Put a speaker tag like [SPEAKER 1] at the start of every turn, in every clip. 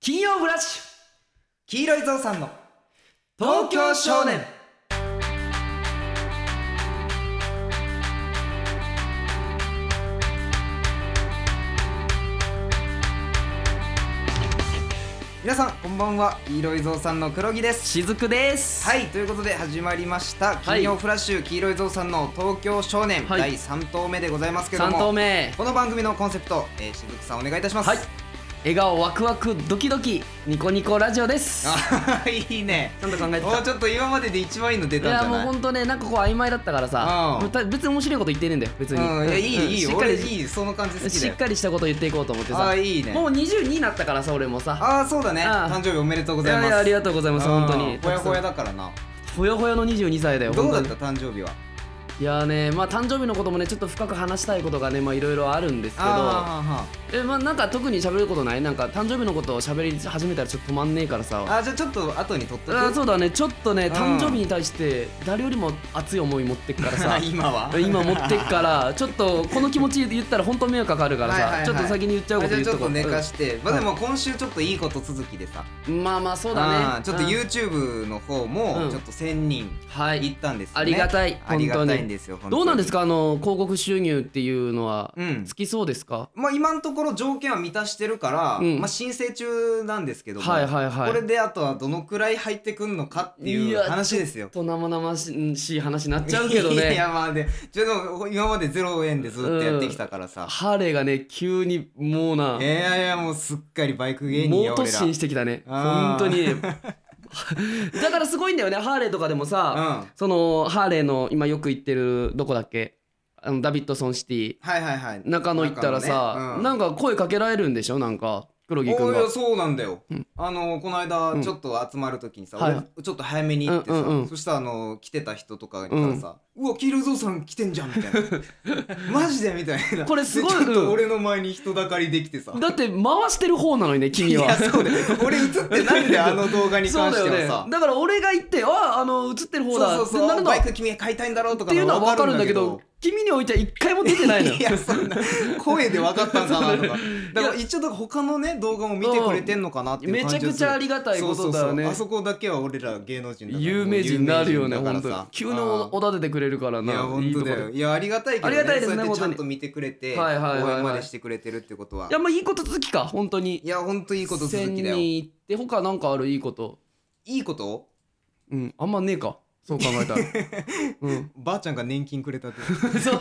[SPEAKER 1] 金曜フラッシュ
[SPEAKER 2] 黄色いゾウさんの
[SPEAKER 1] 東京少年
[SPEAKER 2] 皆さんこんばんは黄色いゾウさんの黒木です
[SPEAKER 1] しずくです
[SPEAKER 2] はいということで始まりました
[SPEAKER 1] い
[SPEAKER 2] 金曜フラッシュ黄色いゾウさんの東京少年、
[SPEAKER 1] はい
[SPEAKER 2] 第3投目でございますけど
[SPEAKER 1] 3
[SPEAKER 2] も
[SPEAKER 1] 投目
[SPEAKER 2] この番組のコンセプト、えー、しずくさんお願いいたします
[SPEAKER 1] はい笑顔ワクワクドキドキニコニコラジオです
[SPEAKER 2] あいいね
[SPEAKER 1] ちゃんと考えてた
[SPEAKER 2] おーちょっと今までで一番いいの出
[SPEAKER 1] い
[SPEAKER 2] た
[SPEAKER 1] や
[SPEAKER 2] んじ
[SPEAKER 1] も
[SPEAKER 2] ゃ
[SPEAKER 1] う
[SPEAKER 2] ない
[SPEAKER 1] ほんとねなんかこう曖昧だったからさ
[SPEAKER 2] うん
[SPEAKER 1] もうた別に面白いこと言ってねえんだよ別に、
[SPEAKER 2] うん、いやいいよいいよ
[SPEAKER 1] しっか
[SPEAKER 2] 俺
[SPEAKER 1] り
[SPEAKER 2] いいその感じ好き
[SPEAKER 1] し
[SPEAKER 2] だ
[SPEAKER 1] っ
[SPEAKER 2] よ
[SPEAKER 1] かりしたこと言っていこうと思って
[SPEAKER 2] あ
[SPEAKER 1] さ
[SPEAKER 2] あーいいね
[SPEAKER 1] もう22になったからさ俺もさ
[SPEAKER 2] ああそうだね
[SPEAKER 1] あー
[SPEAKER 2] 誕生日おめでとうございます
[SPEAKER 1] いやいやありがとうございます
[SPEAKER 2] うん
[SPEAKER 1] 本当に
[SPEAKER 2] ほやほやだからな
[SPEAKER 1] ほよほよの22歳だよ
[SPEAKER 2] どうだっ
[SPEAKER 1] 本当
[SPEAKER 2] た
[SPEAKER 1] に
[SPEAKER 2] 誕生日はい
[SPEAKER 1] やーねまあ誕生日のこともねちょっと深く話したいことがねまあいろいろあるんですけど
[SPEAKER 2] あー
[SPEAKER 1] えまあなんか特に喋ることないなんか誕生日のことを喋り始めたらちょっと止まんねえからさ
[SPEAKER 2] あーじゃあちょっと後に撮っとく
[SPEAKER 1] あーそうだねちょっとね
[SPEAKER 2] ん
[SPEAKER 1] 誕生日に対して誰よりも熱い思い持ってっからさ
[SPEAKER 2] 今 は
[SPEAKER 1] 今持ってっからちょっとこの気持ち言ったら本当迷惑かかるから
[SPEAKER 2] は
[SPEAKER 1] さ、
[SPEAKER 2] いはいはい
[SPEAKER 1] ちょっと先に言っちゃうこと
[SPEAKER 2] あ
[SPEAKER 1] 言っ
[SPEAKER 2] じゃあ
[SPEAKER 1] と
[SPEAKER 2] ちょっ
[SPEAKER 1] ことう
[SPEAKER 2] 寝かして、まあ
[SPEAKER 1] はい
[SPEAKER 2] でも今週ちょっといいこと続きでさ、
[SPEAKER 1] うんまあまあそうだ
[SPEAKER 2] あー
[SPEAKER 1] ね
[SPEAKER 2] ちょっと YouTube の方
[SPEAKER 1] う
[SPEAKER 2] も
[SPEAKER 1] ん
[SPEAKER 2] ちょっと1000人
[SPEAKER 1] はいい
[SPEAKER 2] ったんですよね、
[SPEAKER 1] ありがたい
[SPEAKER 2] ありがたいんですよ本当に
[SPEAKER 1] どうなんですかあの広告収入っていうのは
[SPEAKER 2] うん
[SPEAKER 1] つきそうですか、
[SPEAKER 2] まあ今のところ条件は満たしてるから、
[SPEAKER 1] うん
[SPEAKER 2] まあ申請中なんですけども、
[SPEAKER 1] はいはいはい
[SPEAKER 2] これであとはどのくらい入ってくんのかってい
[SPEAKER 1] いうや
[SPEAKER 2] 話ですよ
[SPEAKER 1] ちょっと生々しんしい話になっちゃうけど ね
[SPEAKER 2] いやまあでちょっと今まで0円でずっとやってきたからさ、
[SPEAKER 1] ハーレーがね急にもうない
[SPEAKER 2] やいやもうすっかりバイク芸人
[SPEAKER 1] 猛
[SPEAKER 2] や
[SPEAKER 1] 突
[SPEAKER 2] 俺ら
[SPEAKER 1] 進してきたね
[SPEAKER 2] あー
[SPEAKER 1] 本当に だからすごいんだよねハーレーとかでもさ、
[SPEAKER 2] うん
[SPEAKER 1] そのハーレーの今よく行ってるどこだっけあのダビッドソンシティ
[SPEAKER 2] はいはいはい
[SPEAKER 1] 中野行ったらさ、
[SPEAKER 2] 中野ねうん
[SPEAKER 1] なんか声かけられるんでしょなんか黒木
[SPEAKER 2] お
[SPEAKER 1] 君
[SPEAKER 2] い
[SPEAKER 1] が
[SPEAKER 2] やそうなんだよ、
[SPEAKER 1] うん
[SPEAKER 2] あのこの間ちょっと集まる時にさ、
[SPEAKER 1] はい
[SPEAKER 2] 俺ちょっと早めに行ってさ、
[SPEAKER 1] うんうんうん
[SPEAKER 2] そしたらあの来てた人とかからさ「うわ黄色いぞうさん来てんじゃん」みたいな 「マジで?」みたいな
[SPEAKER 1] これすごい
[SPEAKER 2] でちょっ
[SPEAKER 1] うん
[SPEAKER 2] と俺の前に人だかりできてさ
[SPEAKER 1] だって回してる方なのにね
[SPEAKER 2] い
[SPEAKER 1] 君は
[SPEAKER 2] やそうだよ俺映ってないんだよあの動画に
[SPEAKER 1] そ
[SPEAKER 2] 関
[SPEAKER 1] うだ
[SPEAKER 2] して
[SPEAKER 1] よ
[SPEAKER 2] は
[SPEAKER 1] ね
[SPEAKER 2] さ
[SPEAKER 1] だから俺が行ってああの映ってる
[SPEAKER 2] そ
[SPEAKER 1] 方
[SPEAKER 2] う
[SPEAKER 1] だ
[SPEAKER 2] そう
[SPEAKER 1] って
[SPEAKER 2] そ
[SPEAKER 1] な
[SPEAKER 2] う
[SPEAKER 1] るの
[SPEAKER 2] バ
[SPEAKER 1] は
[SPEAKER 2] イク君が買いたいんだろうと
[SPEAKER 1] っ
[SPEAKER 2] か
[SPEAKER 1] ていうのは分かるんだけ
[SPEAKER 2] わ
[SPEAKER 1] ど君においては一回も出てないの よ
[SPEAKER 2] いやそんな声で分かったんか なとかだから一応だから他のね動画も見てくれてんのかなっていう
[SPEAKER 1] め
[SPEAKER 2] 感
[SPEAKER 1] ち
[SPEAKER 2] じはす
[SPEAKER 1] ゃ
[SPEAKER 2] る
[SPEAKER 1] くちゃありがたいことだよ
[SPEAKER 2] そうそ
[SPEAKER 1] ね
[SPEAKER 2] うそうあそこだけは俺ら芸能人だから
[SPEAKER 1] 有名人になるよね
[SPEAKER 2] 有名
[SPEAKER 1] 本
[SPEAKER 2] 人
[SPEAKER 1] 当
[SPEAKER 2] だから
[SPEAKER 1] に
[SPEAKER 2] さ
[SPEAKER 1] 急におだててくれるから
[SPEAKER 2] うん
[SPEAKER 1] ない
[SPEAKER 2] いや本当だ
[SPEAKER 1] いいと
[SPEAKER 2] よ
[SPEAKER 1] こで
[SPEAKER 2] いやありがたいけど、ね、
[SPEAKER 1] ありがたいです
[SPEAKER 2] そ
[SPEAKER 1] ね
[SPEAKER 2] うやってちゃ
[SPEAKER 1] 本
[SPEAKER 2] ん
[SPEAKER 1] 当
[SPEAKER 2] と見てくれて応
[SPEAKER 1] はいはいはいはい
[SPEAKER 2] 援までしてくれてるってことはい
[SPEAKER 1] やまあいいこと続きか本当に
[SPEAKER 2] いや本当いいこと続きだ
[SPEAKER 1] 1000
[SPEAKER 2] よい
[SPEAKER 1] 人行って他なんかあるいいこと
[SPEAKER 2] いこと
[SPEAKER 1] うんあんまねえかそう考えた らうん
[SPEAKER 2] ばあちゃんが年金くれたって、
[SPEAKER 1] そう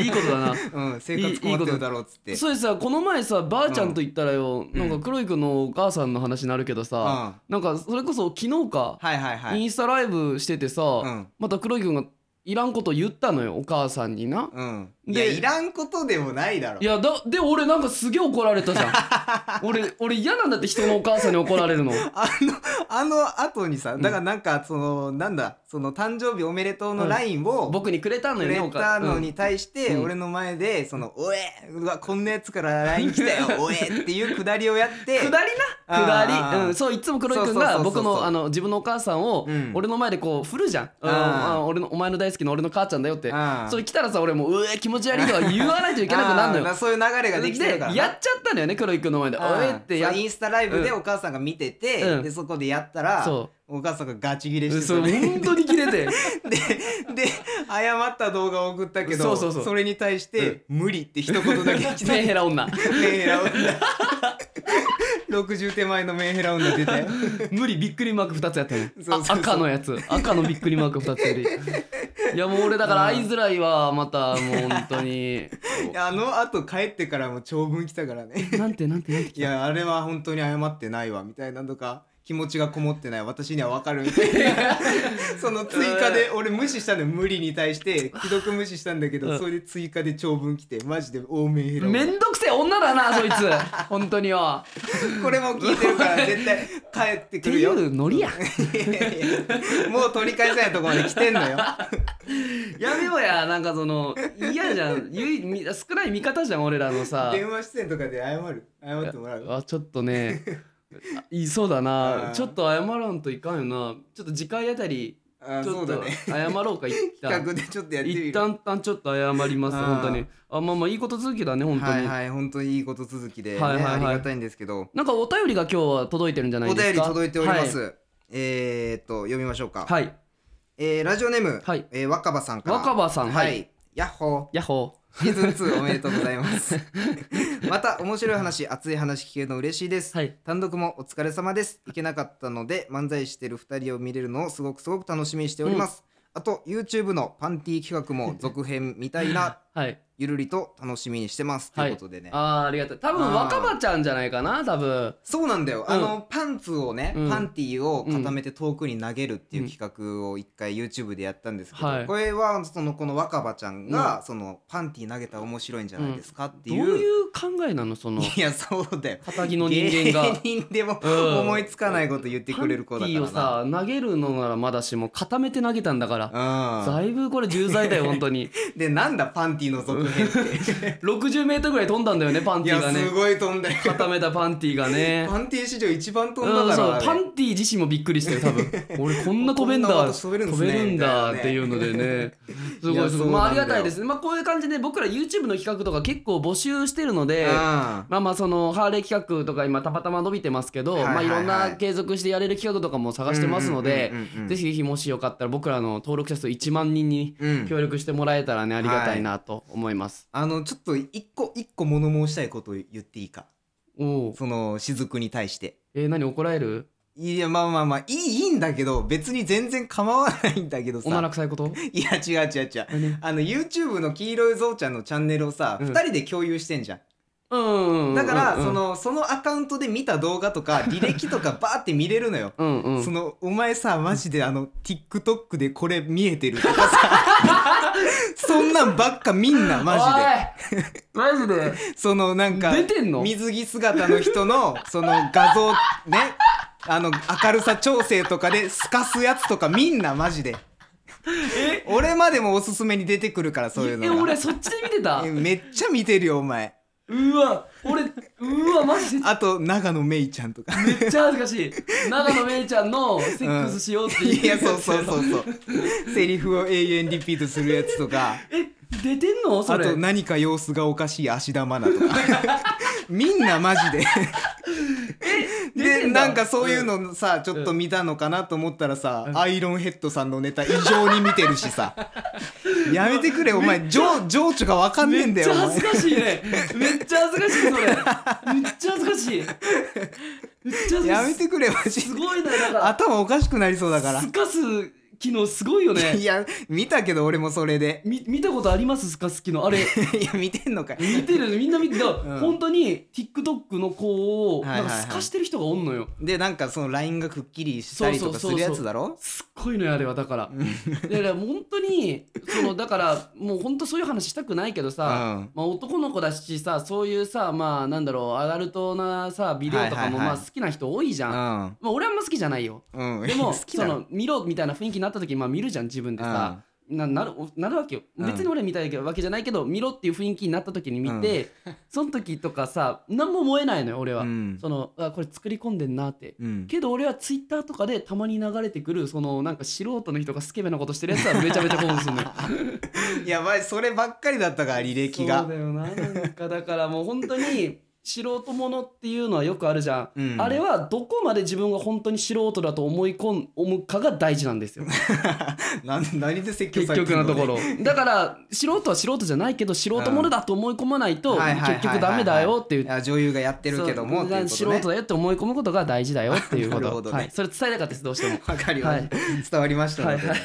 [SPEAKER 1] いいことだな
[SPEAKER 2] うん、生活困ってるだろうっつって
[SPEAKER 1] そうでさこの前さばあちゃんと言ったらよ、
[SPEAKER 2] ん
[SPEAKER 1] なんか黒井君のお母さんの話になるけどさ、なんかそれこそ昨日か、
[SPEAKER 2] はいはいは
[SPEAKER 1] イ
[SPEAKER 2] い
[SPEAKER 1] ンスタライブしててさ、
[SPEAKER 2] ん
[SPEAKER 1] また黒井君がいらんこと言ったのよお母さんにな、
[SPEAKER 2] うんいや
[SPEAKER 1] で
[SPEAKER 2] いらんことでもないだろ
[SPEAKER 1] いやだで俺なんかすげえ怒られたじゃん 俺俺嫌なんだって人のお母さんに怒られるの
[SPEAKER 2] あの、あの後にさ、だからなんか、その、なんだ、その誕生日おめでとうのラインを、
[SPEAKER 1] 僕にくれたの
[SPEAKER 2] く
[SPEAKER 1] よね
[SPEAKER 2] れ
[SPEAKER 1] お母
[SPEAKER 2] たの
[SPEAKER 1] う
[SPEAKER 2] に
[SPEAKER 1] ん
[SPEAKER 2] 対して、
[SPEAKER 1] うん
[SPEAKER 2] 俺の前で、その、おえ、うわ、こんなやつから LINE 来たよ、おえっていうくだりをやって、
[SPEAKER 1] くだりなく
[SPEAKER 2] あ
[SPEAKER 1] だり、
[SPEAKER 2] ー
[SPEAKER 1] うん、そういつも黒井君
[SPEAKER 2] そうそ
[SPEAKER 1] が
[SPEAKER 2] うそ
[SPEAKER 1] 僕
[SPEAKER 2] うそう
[SPEAKER 1] のあの自分のお母さんを
[SPEAKER 2] うん
[SPEAKER 1] 俺の前でこう振るじゃん、うん、
[SPEAKER 2] あー
[SPEAKER 1] あ俺のお前の大好きな俺の母ちゃんだよって
[SPEAKER 2] あー
[SPEAKER 1] それ来たらさ俺もううえ気持ち悪いと は言わないといけなくなる
[SPEAKER 2] あーだ
[SPEAKER 1] の
[SPEAKER 2] から
[SPEAKER 1] よ
[SPEAKER 2] そういう流れができてるから
[SPEAKER 1] で
[SPEAKER 2] な。
[SPEAKER 1] やっちゃったのよね黒井君の前で「
[SPEAKER 2] あ
[SPEAKER 1] お
[SPEAKER 2] ー
[SPEAKER 1] え」ってやっ
[SPEAKER 2] そうインスタライブでお母さんが見てて、
[SPEAKER 1] うん
[SPEAKER 2] でそこでやったら、
[SPEAKER 1] そ
[SPEAKER 2] お母さんがガチギレ
[SPEAKER 1] う
[SPEAKER 2] して
[SPEAKER 1] そう
[SPEAKER 2] たね
[SPEAKER 1] 本当に切れて
[SPEAKER 2] でで謝った動画を送ったけど
[SPEAKER 1] そうそうそう
[SPEAKER 2] れに対して「無理」って一言だけ来て
[SPEAKER 1] メンヘラ女
[SPEAKER 2] メンヘラ女 60手前のメンヘラ女出て
[SPEAKER 1] 無理びっくりマーク2つやったね
[SPEAKER 2] そうそうそう
[SPEAKER 1] 赤のやつ赤のびっくりマーク2つよりいやもう俺だから会いづらいわまたもう本当 に
[SPEAKER 2] あのあと帰ってからも長文来たから ね
[SPEAKER 1] なんてなん てなんて
[SPEAKER 2] いやあれは本当に謝ってないわみたいなのとか気持ちがこもってない私には分かるみた いなその追加で俺無視したのよ無理に対して既読無視したんだけ
[SPEAKER 1] うん
[SPEAKER 2] どそれで追加で長文来てマジで多めんヘラ
[SPEAKER 1] め
[SPEAKER 2] 女
[SPEAKER 1] んどくせえ女だなそいつ本当によ
[SPEAKER 2] これも聞いてる から絶対帰って
[SPEAKER 1] って
[SPEAKER 2] くる
[SPEAKER 1] い
[SPEAKER 2] よ
[SPEAKER 1] うノリや
[SPEAKER 2] いやいや もう取り返せないところまで来てんのよ
[SPEAKER 1] やめようやなんかその嫌じゃんゆいみ少ない味方じゃん俺らのさ
[SPEAKER 2] 電話出演とかで謝る謝ってもらう
[SPEAKER 1] あちょっとね あいそうだ
[SPEAKER 2] う
[SPEAKER 1] なんちょっと謝らんといかんよなちょっと次回あたり
[SPEAKER 2] あ
[SPEAKER 1] ち
[SPEAKER 2] そ
[SPEAKER 1] ょ
[SPEAKER 2] う
[SPEAKER 1] っ
[SPEAKER 2] だ
[SPEAKER 1] と
[SPEAKER 2] ね
[SPEAKER 1] 謝ろうか一旦
[SPEAKER 2] 企画でちょっとやってみる
[SPEAKER 1] 一旦あちょっと謝ります
[SPEAKER 2] うん
[SPEAKER 1] 本当にあまあまあいいこと続きだね本当
[SPEAKER 2] はい
[SPEAKER 1] に
[SPEAKER 2] はい本当にいいこと続きで、ね
[SPEAKER 1] はいはいはい
[SPEAKER 2] ありがたいんですけど
[SPEAKER 1] なんかお便りが今日は届いてるんじゃない
[SPEAKER 2] お
[SPEAKER 1] です
[SPEAKER 2] 便
[SPEAKER 1] か
[SPEAKER 2] り届いております、
[SPEAKER 1] は
[SPEAKER 2] えー、っと読みましょうか、
[SPEAKER 1] はい
[SPEAKER 2] えーラジオネーム、
[SPEAKER 1] はい
[SPEAKER 2] えー若葉さんから
[SPEAKER 1] 若葉さん
[SPEAKER 2] は、
[SPEAKER 1] はいい
[SPEAKER 2] やっほ
[SPEAKER 1] ヤッホ
[SPEAKER 2] ーシーズン2おめでとうございます また面白い話熱い話聞けるの嬉しいです、
[SPEAKER 1] ーはい
[SPEAKER 2] 単独もお疲れ様です行けなかったので漫才してる2人を見れるのをすごくすごく楽しみにしております、あと YouTube のパンティ企画も続編みたい な
[SPEAKER 1] はい
[SPEAKER 2] ゆるりと楽しみにしてますと
[SPEAKER 1] はいいう
[SPEAKER 2] ことでね、
[SPEAKER 1] あーありがとう多
[SPEAKER 2] あ
[SPEAKER 1] 分
[SPEAKER 2] ー
[SPEAKER 1] 若葉ちゃんじゃないかな多分
[SPEAKER 2] そうなんだよ、
[SPEAKER 1] うん
[SPEAKER 2] あのパンツをね、
[SPEAKER 1] うん
[SPEAKER 2] パンティを固めて遠くに投げるっていう企画を一回 YouTube でやったんですけど、
[SPEAKER 1] はい
[SPEAKER 2] これはそのこの若葉ちゃんが、そのパンティ投げたら面白いんじゃないですかって
[SPEAKER 1] どう
[SPEAKER 2] いう,、 い
[SPEAKER 1] いう考えなの その
[SPEAKER 2] やそうだよ
[SPEAKER 1] 肩着の人間が
[SPEAKER 2] 芸人でも
[SPEAKER 1] うん
[SPEAKER 2] 思いつかないこと言って
[SPEAKER 1] パ
[SPEAKER 2] く
[SPEAKER 1] ン
[SPEAKER 2] れ
[SPEAKER 1] テ
[SPEAKER 2] る子だか
[SPEAKER 1] ィーを
[SPEAKER 2] らな、
[SPEAKER 1] さ投げるのならまだしも固めて投げたんだから
[SPEAKER 2] うん
[SPEAKER 1] だいぶこれ重罪だよ本当 に
[SPEAKER 2] でなんだパンティの続編って
[SPEAKER 1] 60m ぐらい飛んだんだよねパン
[SPEAKER 2] い
[SPEAKER 1] ティ
[SPEAKER 2] や
[SPEAKER 1] ーがね
[SPEAKER 2] すごい飛んだよ
[SPEAKER 1] 固めたパンティーがね
[SPEAKER 2] パンティ史上一番飛ん
[SPEAKER 1] う
[SPEAKER 2] だ
[SPEAKER 1] ん
[SPEAKER 2] か
[SPEAKER 1] そう
[SPEAKER 2] ら
[SPEAKER 1] パンティ自身もびっくりしてる 多分俺こんな飛べんだ
[SPEAKER 2] こんな私飛べるんですね
[SPEAKER 1] 飛べるんだっていうのでねすごいすご
[SPEAKER 2] いやそうなんだ
[SPEAKER 1] い
[SPEAKER 2] よ
[SPEAKER 1] まあありがたいですねまあこういう感じで僕ら YouTube の企画とか結構募集してるので
[SPEAKER 2] あ
[SPEAKER 1] まあまあそのハーレー企画とか今たまたま伸びてますけど、
[SPEAKER 2] はいはいはい
[SPEAKER 1] まあいろんな継続してやれる企画とかも探してますので
[SPEAKER 2] うんうんうんうんうん
[SPEAKER 1] ぜひぜひもしよかったら僕らの登録者数1万人に
[SPEAKER 2] うん
[SPEAKER 1] 協力してもらえたらねありがたいなと思います。
[SPEAKER 2] あのちょっと一個一個物申したいこと言っていいか
[SPEAKER 1] おう
[SPEAKER 2] その雫に対して
[SPEAKER 1] えー、何怒られる
[SPEAKER 2] いやまあまあまあいいいいんだけど別に全然構わないんだけど
[SPEAKER 1] おなら
[SPEAKER 2] さ
[SPEAKER 1] 臭いこと
[SPEAKER 2] いや違う違う違う
[SPEAKER 1] 何
[SPEAKER 2] あの YouTube の黄色いぞうちゃんのチャンネルをさ、
[SPEAKER 1] うん
[SPEAKER 2] 二人で共有してんじゃん
[SPEAKER 1] うんうんうんうん
[SPEAKER 2] だから、そのそのアカウントで見た動画とか履歴とか バーって見れるのよ
[SPEAKER 1] うんうん
[SPEAKER 2] そのお前さマジであの TikTok でこれ見えてるとかさ そんなんばっかみんなマ
[SPEAKER 1] マ ジでマ
[SPEAKER 2] ジでそのなんか
[SPEAKER 1] ジで出てんの
[SPEAKER 2] 水着姿の人 のその画像ねあの明るさ調整とかで透かすやつとかみんなマジで俺までもおすすめに出てくるからそういう
[SPEAKER 1] え
[SPEAKER 2] のが
[SPEAKER 1] 俺そっちで見てた
[SPEAKER 2] えめっちゃ見てるよお前
[SPEAKER 1] うわ俺うわマジで
[SPEAKER 2] あと長野めいちゃんとか
[SPEAKER 1] めっちゃ恥ずかしい長野めいちゃんのセックスしようって言 っ
[SPEAKER 2] い
[SPEAKER 1] て
[SPEAKER 2] やそうそうそうそうセリフを永遠リピートするやつと か
[SPEAKER 1] え出てんのそ
[SPEAKER 2] あ
[SPEAKER 1] れ
[SPEAKER 2] と何か様子がおかしい芦田愛菜とか みんなマジで
[SPEAKER 1] 出て
[SPEAKER 2] で
[SPEAKER 1] んだ
[SPEAKER 2] なんかそういうのさ、ちょっと見たのかなと思ったらさ、アイロンヘッドさんのネタ異常に見てるし さやめてくれお前情情緒がわかんねえんだ
[SPEAKER 1] めっ
[SPEAKER 2] よ
[SPEAKER 1] ちゃ
[SPEAKER 2] お
[SPEAKER 1] 恥
[SPEAKER 2] 前
[SPEAKER 1] ずかしいねめっちゃ恥ずかしいそれめっちゃ恥ずかしいめっちゃ恥ずかしい
[SPEAKER 2] やめてくれマジ
[SPEAKER 1] すごいなだか
[SPEAKER 2] 頭おかしくなりそうだからら
[SPEAKER 1] すかす機能すごいよ
[SPEAKER 2] い
[SPEAKER 1] ね
[SPEAKER 2] や見たけど俺もそれで
[SPEAKER 1] み見たことありますすかす機能あれ
[SPEAKER 2] いや見てんのかい
[SPEAKER 1] 見てるみんな見てた、
[SPEAKER 2] ん
[SPEAKER 1] 本当に TikTok の子を
[SPEAKER 2] はいはい
[SPEAKER 1] なん
[SPEAKER 2] は
[SPEAKER 1] か
[SPEAKER 2] い
[SPEAKER 1] すかしてる人がおんのよ、
[SPEAKER 2] でなんかその LINE がくっきりしたりとかするやつだろ
[SPEAKER 1] すっごいのよあれはだからだから本当にそのだからもう本当そういう話したくないけどさ、
[SPEAKER 2] うん
[SPEAKER 1] まあ、男の子だしさそういうさまあなんだろうアダルトなさビデオ
[SPEAKER 2] は
[SPEAKER 1] とか
[SPEAKER 2] いは
[SPEAKER 1] も
[SPEAKER 2] いはい
[SPEAKER 1] まあ好きな人多いじゃん、
[SPEAKER 2] うん
[SPEAKER 1] まあ、俺はあんま好きじゃないよ
[SPEAKER 2] うん
[SPEAKER 1] でも
[SPEAKER 2] 好き
[SPEAKER 1] そ
[SPEAKER 2] なの
[SPEAKER 1] の見ろみたいな雰囲気になった時まあ見るじゃん自分でさ、ななるなるわけよ
[SPEAKER 2] うん
[SPEAKER 1] 別に俺見たいわけじゃないけど見ろっていう雰囲気になった時に見て、その時とかさ何も燃えないのよ俺は、
[SPEAKER 2] うん
[SPEAKER 1] そのあこれ作り込んでんなって
[SPEAKER 2] うん
[SPEAKER 1] けど俺はツイッターとかでたまに流れてくるそのなんか素人の人がスケベなことしてるやつはめちゃめちゃ興奮するのよ
[SPEAKER 2] やばいそればっかりだったから履歴
[SPEAKER 1] そう
[SPEAKER 2] が
[SPEAKER 1] だよななんかだからもう本当に素人ものっていうのはよくあるじゃん、
[SPEAKER 2] うん
[SPEAKER 1] あれはどこまで自分が本当に素人だと思い込むかが大事なんですよ
[SPEAKER 2] な何で説教
[SPEAKER 1] 結
[SPEAKER 2] されて
[SPEAKER 1] 局
[SPEAKER 2] んの
[SPEAKER 1] のところだから素人は素人じゃないけど素人ものだと思い込まない
[SPEAKER 2] は
[SPEAKER 1] と
[SPEAKER 2] いはいはいはい
[SPEAKER 1] 結局ダメだよっていう
[SPEAKER 2] いや女優がやってるけども
[SPEAKER 1] そう
[SPEAKER 2] っていうこと
[SPEAKER 1] 素
[SPEAKER 2] ね
[SPEAKER 1] 人だよって思い込むことが大事だよっていうこ
[SPEAKER 2] なる
[SPEAKER 1] と、
[SPEAKER 2] ほどね
[SPEAKER 1] はい、それ伝えたかったですどうしても
[SPEAKER 2] わかりました、伝わりましたの
[SPEAKER 1] はい
[SPEAKER 2] で
[SPEAKER 1] はい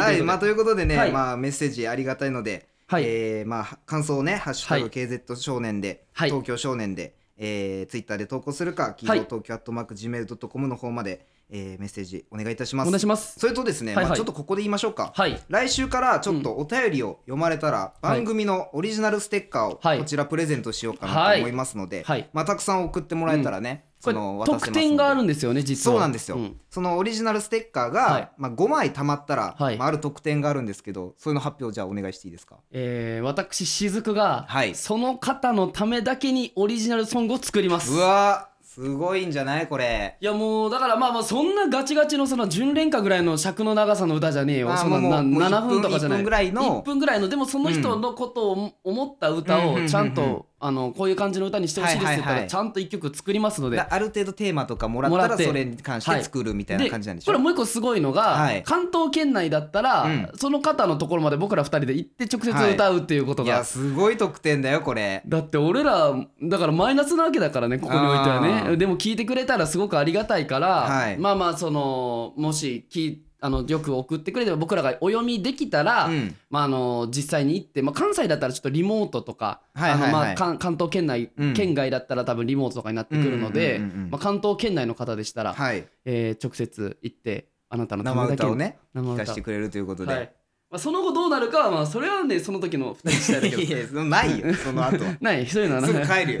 [SPEAKER 2] はい、
[SPEAKER 1] はいということで
[SPEAKER 2] まあということでね、
[SPEAKER 1] はい
[SPEAKER 2] まあメッセージありがたいので、
[SPEAKER 1] はい
[SPEAKER 2] えーまあ感想をねハッシュタグ KZ 少年で、
[SPEAKER 1] はい
[SPEAKER 2] 東京少年で、えー、ツイッターで投稿するか、キーボー東京アットマーク gmail ドットコムの方まで、えー、メッセージお願いいたしま
[SPEAKER 1] お願い
[SPEAKER 2] す。
[SPEAKER 1] します
[SPEAKER 2] それとですね、
[SPEAKER 1] はいはい
[SPEAKER 2] まあちょっとここで言いましょうか。
[SPEAKER 1] はい
[SPEAKER 2] 来週からちょっとお便りを読まれたら、
[SPEAKER 1] うんはい
[SPEAKER 2] 番組のオリジナルステッカー
[SPEAKER 1] は
[SPEAKER 2] を
[SPEAKER 1] い
[SPEAKER 2] こちらプレゼントしようかな
[SPEAKER 1] は
[SPEAKER 2] と
[SPEAKER 1] い
[SPEAKER 2] 思いますので、
[SPEAKER 1] はい
[SPEAKER 2] まあ、たくさん送ってもらえたらね、
[SPEAKER 1] これ
[SPEAKER 2] その渡せます
[SPEAKER 1] 特典が
[SPEAKER 2] の
[SPEAKER 1] ある
[SPEAKER 2] で
[SPEAKER 1] んですよね実は
[SPEAKER 2] そうなんですよ、そのオリジナルステッカーが、
[SPEAKER 1] はい
[SPEAKER 2] まあ、5枚たまったら、
[SPEAKER 1] はい
[SPEAKER 2] まあ、ある特典があるんですけどそういうの発表じゃあお願いしていいですか
[SPEAKER 1] えー私雫が、
[SPEAKER 2] はい
[SPEAKER 1] その方のためだけにオリジナルソングを作ります
[SPEAKER 2] うわーすごいんじゃないこれ
[SPEAKER 1] いやもうだからまあまあそんなガチガチのその純恋歌ぐらいの尺の長さの歌じゃねえよ
[SPEAKER 2] あー
[SPEAKER 1] そんな
[SPEAKER 2] もう
[SPEAKER 1] な
[SPEAKER 2] もう
[SPEAKER 1] 7分とかじゃない
[SPEAKER 2] 1分ぐらいの
[SPEAKER 1] 1分ぐらいのでもその人のことを思った歌
[SPEAKER 2] うん
[SPEAKER 1] をちゃ
[SPEAKER 2] う
[SPEAKER 1] ん
[SPEAKER 2] んうんうんうん
[SPEAKER 1] とあのこういう感じの歌にしてほしいですって言っ
[SPEAKER 2] はいはい
[SPEAKER 1] た
[SPEAKER 2] は
[SPEAKER 1] ら
[SPEAKER 2] い
[SPEAKER 1] ちゃんと1曲作りますので
[SPEAKER 2] だある程度テーマとかもらった
[SPEAKER 1] もら
[SPEAKER 2] ら
[SPEAKER 1] って
[SPEAKER 2] それに関して作るみたいな感じなんでし
[SPEAKER 1] こ
[SPEAKER 2] ょ
[SPEAKER 1] れもう一個すごいのが、
[SPEAKER 2] はい
[SPEAKER 1] 関東圏内だったら、
[SPEAKER 2] うん
[SPEAKER 1] その方のところまで僕ら二人で行って直接歌うっていうこと
[SPEAKER 2] い
[SPEAKER 1] が、
[SPEAKER 2] やすごい得点だよこれ
[SPEAKER 1] だって俺らだからマイナスなわけだからねここにおいては
[SPEAKER 2] あー
[SPEAKER 1] ねでも聞いてくれたらすごくありがたいから、
[SPEAKER 2] はい
[SPEAKER 1] まあまあそのもしきあのよく送ってくれれば僕らがお読みできたら、
[SPEAKER 2] うん
[SPEAKER 1] まあ、あの実際に行って、まあ、関西だったらちょっとリモートとか
[SPEAKER 2] はい
[SPEAKER 1] あ
[SPEAKER 2] はいは
[SPEAKER 1] の
[SPEAKER 2] い
[SPEAKER 1] まあ関関東圏内、
[SPEAKER 2] うん
[SPEAKER 1] 県外だったら多分リモートとかになってくるので
[SPEAKER 2] うんうんうんうんうん
[SPEAKER 1] まあ関東圏内の方でしたら、
[SPEAKER 2] はい
[SPEAKER 1] えー直接行ってあなたのた
[SPEAKER 2] 生
[SPEAKER 1] めだけ
[SPEAKER 2] 歌
[SPEAKER 1] に
[SPEAKER 2] をね
[SPEAKER 1] 生
[SPEAKER 2] 聞
[SPEAKER 1] 歌
[SPEAKER 2] かせてくれるということで、
[SPEAKER 1] はいまあ、その後どうなるかはまあそれはねその時の2人次第だけ ど
[SPEAKER 2] いやそのないよその後は
[SPEAKER 1] ないそういうのは
[SPEAKER 2] すぐ
[SPEAKER 1] ない
[SPEAKER 2] 帰るよ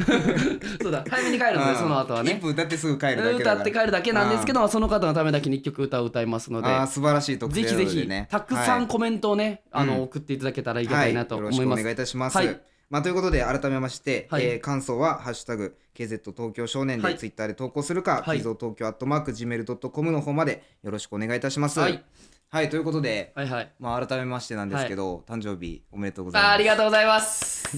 [SPEAKER 1] そうだ早めに帰るのでその後は
[SPEAKER 2] 1
[SPEAKER 1] ね
[SPEAKER 2] 分歌ってすぐ帰るだけだか
[SPEAKER 1] 歌
[SPEAKER 2] ら
[SPEAKER 1] って帰るだけなんですけどその方のためだけに1曲歌を歌いますので
[SPEAKER 2] ああ素晴らしい特
[SPEAKER 1] ぜ
[SPEAKER 2] 典
[SPEAKER 1] ひ
[SPEAKER 2] なの
[SPEAKER 1] ぜ
[SPEAKER 2] で
[SPEAKER 1] ひ
[SPEAKER 2] ね
[SPEAKER 1] たくさ
[SPEAKER 2] は
[SPEAKER 1] ん
[SPEAKER 2] い
[SPEAKER 1] コメントをねあ
[SPEAKER 2] うん
[SPEAKER 1] の送っていただけたらありがたいなと思
[SPEAKER 2] は
[SPEAKER 1] いま
[SPEAKER 2] よろしくお
[SPEAKER 1] す
[SPEAKER 2] 願いいたします、
[SPEAKER 1] はい
[SPEAKER 2] まあ、ということで改めまして、
[SPEAKER 1] はい
[SPEAKER 2] えー感想は「ハッシュタグ #KZ 東京少年」
[SPEAKER 1] は
[SPEAKER 2] で
[SPEAKER 1] い
[SPEAKER 2] ツイッターで投稿するか、
[SPEAKER 1] はい
[SPEAKER 2] k i z o t o k y o g m a i l c o m の方までよろしくお願いいたします。
[SPEAKER 1] はい、
[SPEAKER 2] はいということで、
[SPEAKER 1] はいはい
[SPEAKER 2] まあ、改めましてなんですけど、誕生日おめでとうございます。
[SPEAKER 1] あーありがとうございます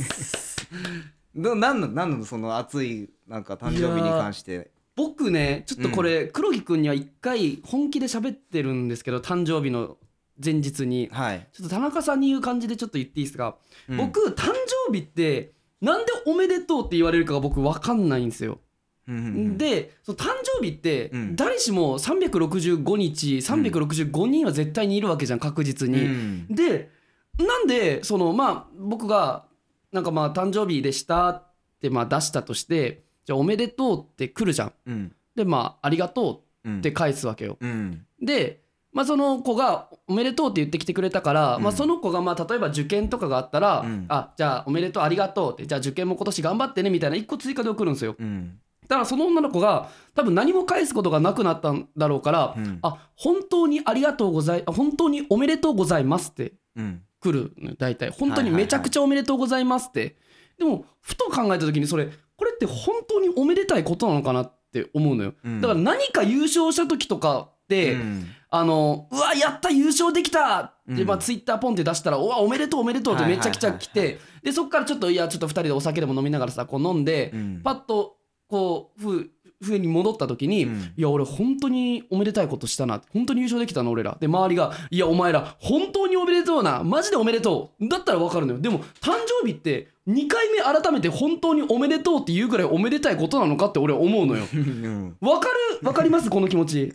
[SPEAKER 2] どなんのなんのその熱いなんか誕生日に関して
[SPEAKER 1] 僕ねちょっとこれ黒木くんには1回本気で喋ってるんですけど誕生日の前日に
[SPEAKER 2] はい、
[SPEAKER 1] ちょっと田中さんに言う感じでちょっと言っていいですか
[SPEAKER 2] うん
[SPEAKER 1] 僕誕生日ってなんでおめでとうって言われるかが僕分かんないんですよ。
[SPEAKER 2] うんうんうん
[SPEAKER 1] でその誕生日って
[SPEAKER 2] うん
[SPEAKER 1] 誰しも365日365人は絶対にいるわけじゃん確実
[SPEAKER 2] う
[SPEAKER 1] に。
[SPEAKER 2] ん
[SPEAKER 1] でなんでそのまあ僕がなんかまあ誕生日でしたってまあ出したとしてじゃあおめでとうって来るじゃん。
[SPEAKER 2] うん
[SPEAKER 1] でまあありがと
[SPEAKER 2] うん
[SPEAKER 1] うって返すわけよ。
[SPEAKER 2] うん
[SPEAKER 1] で、まあ、その子が「おめでとう」って言ってきてくれたから、
[SPEAKER 2] うん
[SPEAKER 1] まあ、その子がまあ例えば受験とかがあったら
[SPEAKER 2] う
[SPEAKER 1] 「
[SPEAKER 2] ん
[SPEAKER 1] あじゃあおめでとうありがとう」って「じゃあ受験も今年頑張ってね」みたいな1個追加で送るんですよ
[SPEAKER 2] うん
[SPEAKER 1] だからその女の子が多分何も返すことがなくなったんだろうから「
[SPEAKER 2] うん
[SPEAKER 1] あ本当にありがとうございあ本当におめでとうございます」って
[SPEAKER 2] うん
[SPEAKER 1] 来るのよ大体本当
[SPEAKER 2] はいは
[SPEAKER 1] に
[SPEAKER 2] いはい
[SPEAKER 1] めちゃくちゃおめでとうございますって、でもふと考えた時にそれこれって本当におめでたいことなのかなって思うのよ
[SPEAKER 2] うん
[SPEAKER 1] だから何か優勝した時とかって、
[SPEAKER 2] うん
[SPEAKER 1] あのうわやった優勝できたって、
[SPEAKER 2] うん
[SPEAKER 1] まあ、ツイッターポンって出したら「うわおめでとうおめでとう」って
[SPEAKER 2] はい
[SPEAKER 1] めちゃくちゃ来て、
[SPEAKER 2] は
[SPEAKER 1] でそっからちょっといやちょっと2人でお酒でも飲みながらさこう飲んで、
[SPEAKER 2] うん
[SPEAKER 1] パッとこうふふうに戻った時に、
[SPEAKER 2] うん
[SPEAKER 1] いや俺本当におめでたいことしたな本当に優勝できたな俺らで周りが「いやお前ら本当におめでとうなマジでおめでとう」だったら分かるのよでも誕生日って2回目改めて本当におめでとうって言うぐらいおめでたいことなのかって俺は思 うのよ
[SPEAKER 2] うん
[SPEAKER 1] わかるわかりますこの気持ち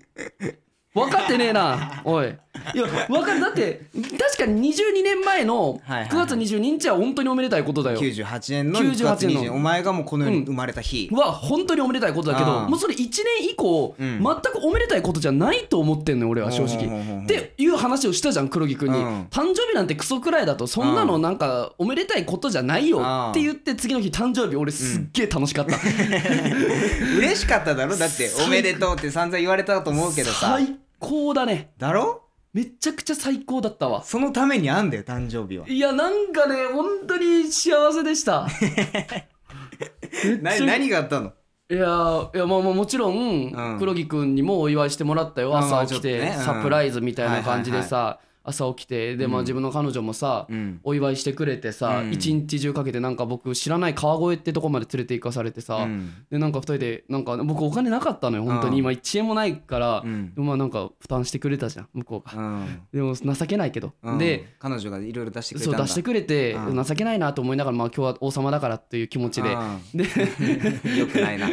[SPEAKER 1] 分かってね えなおいいや分かるだって確かに22年前の
[SPEAKER 2] はいはい
[SPEAKER 1] 9月22日は本当におめでたいことだよ
[SPEAKER 2] 98年の
[SPEAKER 1] 98
[SPEAKER 2] 9月
[SPEAKER 1] 年の
[SPEAKER 2] 20お前がもうこの世に生まれた日、
[SPEAKER 1] は本当におめでたいことだけ
[SPEAKER 2] あ
[SPEAKER 1] ど
[SPEAKER 2] ー
[SPEAKER 1] もうそれ1年以降
[SPEAKER 2] うん
[SPEAKER 1] 全くおめでたいことじゃないと思ってんのよ俺は正直
[SPEAKER 2] うんうんうんうん
[SPEAKER 1] っていう話をしたじゃん黒木君に
[SPEAKER 2] うん
[SPEAKER 1] 誕生日なんてクソくらいだとそんなのなんかおめでたいことじゃないよ
[SPEAKER 2] あー
[SPEAKER 1] って言って次の日誕生日俺すっげえ楽しかった
[SPEAKER 2] 嬉しかっただろだって
[SPEAKER 1] 最
[SPEAKER 2] おめでとうって散々言われたと 思うけどさ
[SPEAKER 1] 最高だね
[SPEAKER 2] だろ
[SPEAKER 1] めちゃくちゃ最高だったわ
[SPEAKER 2] そのためにあんだよ誕生日はい
[SPEAKER 1] やなんかね本当に幸せでした
[SPEAKER 2] な
[SPEAKER 1] めっちゃ
[SPEAKER 2] 何があったの
[SPEAKER 1] いやいやまあまあもちろん、
[SPEAKER 2] うん
[SPEAKER 1] 黒木君にもお祝いしてもらったよ
[SPEAKER 2] あまあ
[SPEAKER 1] 朝起きて、
[SPEAKER 2] ちょっとねうん
[SPEAKER 1] サプライズみたいな感じでさ、朝起きてで、まあ、自分の彼女もさ、
[SPEAKER 2] うん
[SPEAKER 1] お祝いしてくれてさ、
[SPEAKER 2] うん
[SPEAKER 1] 一日中かけてなんか僕知らない川越ってとこまで連れて行かされてさ、
[SPEAKER 2] うん
[SPEAKER 1] でなんか2人でなんか僕お金なかったのよ本当
[SPEAKER 2] うん
[SPEAKER 1] に今1円もないから、
[SPEAKER 2] うん
[SPEAKER 1] でもまあなんか負担してくれたじゃん向こうが。
[SPEAKER 2] うん
[SPEAKER 1] でも情けないけど、
[SPEAKER 2] うん
[SPEAKER 1] で
[SPEAKER 2] 彼女がいろいろ出してくれた
[SPEAKER 1] そ
[SPEAKER 2] ん
[SPEAKER 1] う
[SPEAKER 2] だ
[SPEAKER 1] 出してくれて
[SPEAKER 2] うん
[SPEAKER 1] 情けないなと思いながら、まあ、今日は王様だからっていう気持ちで
[SPEAKER 2] で よくないな う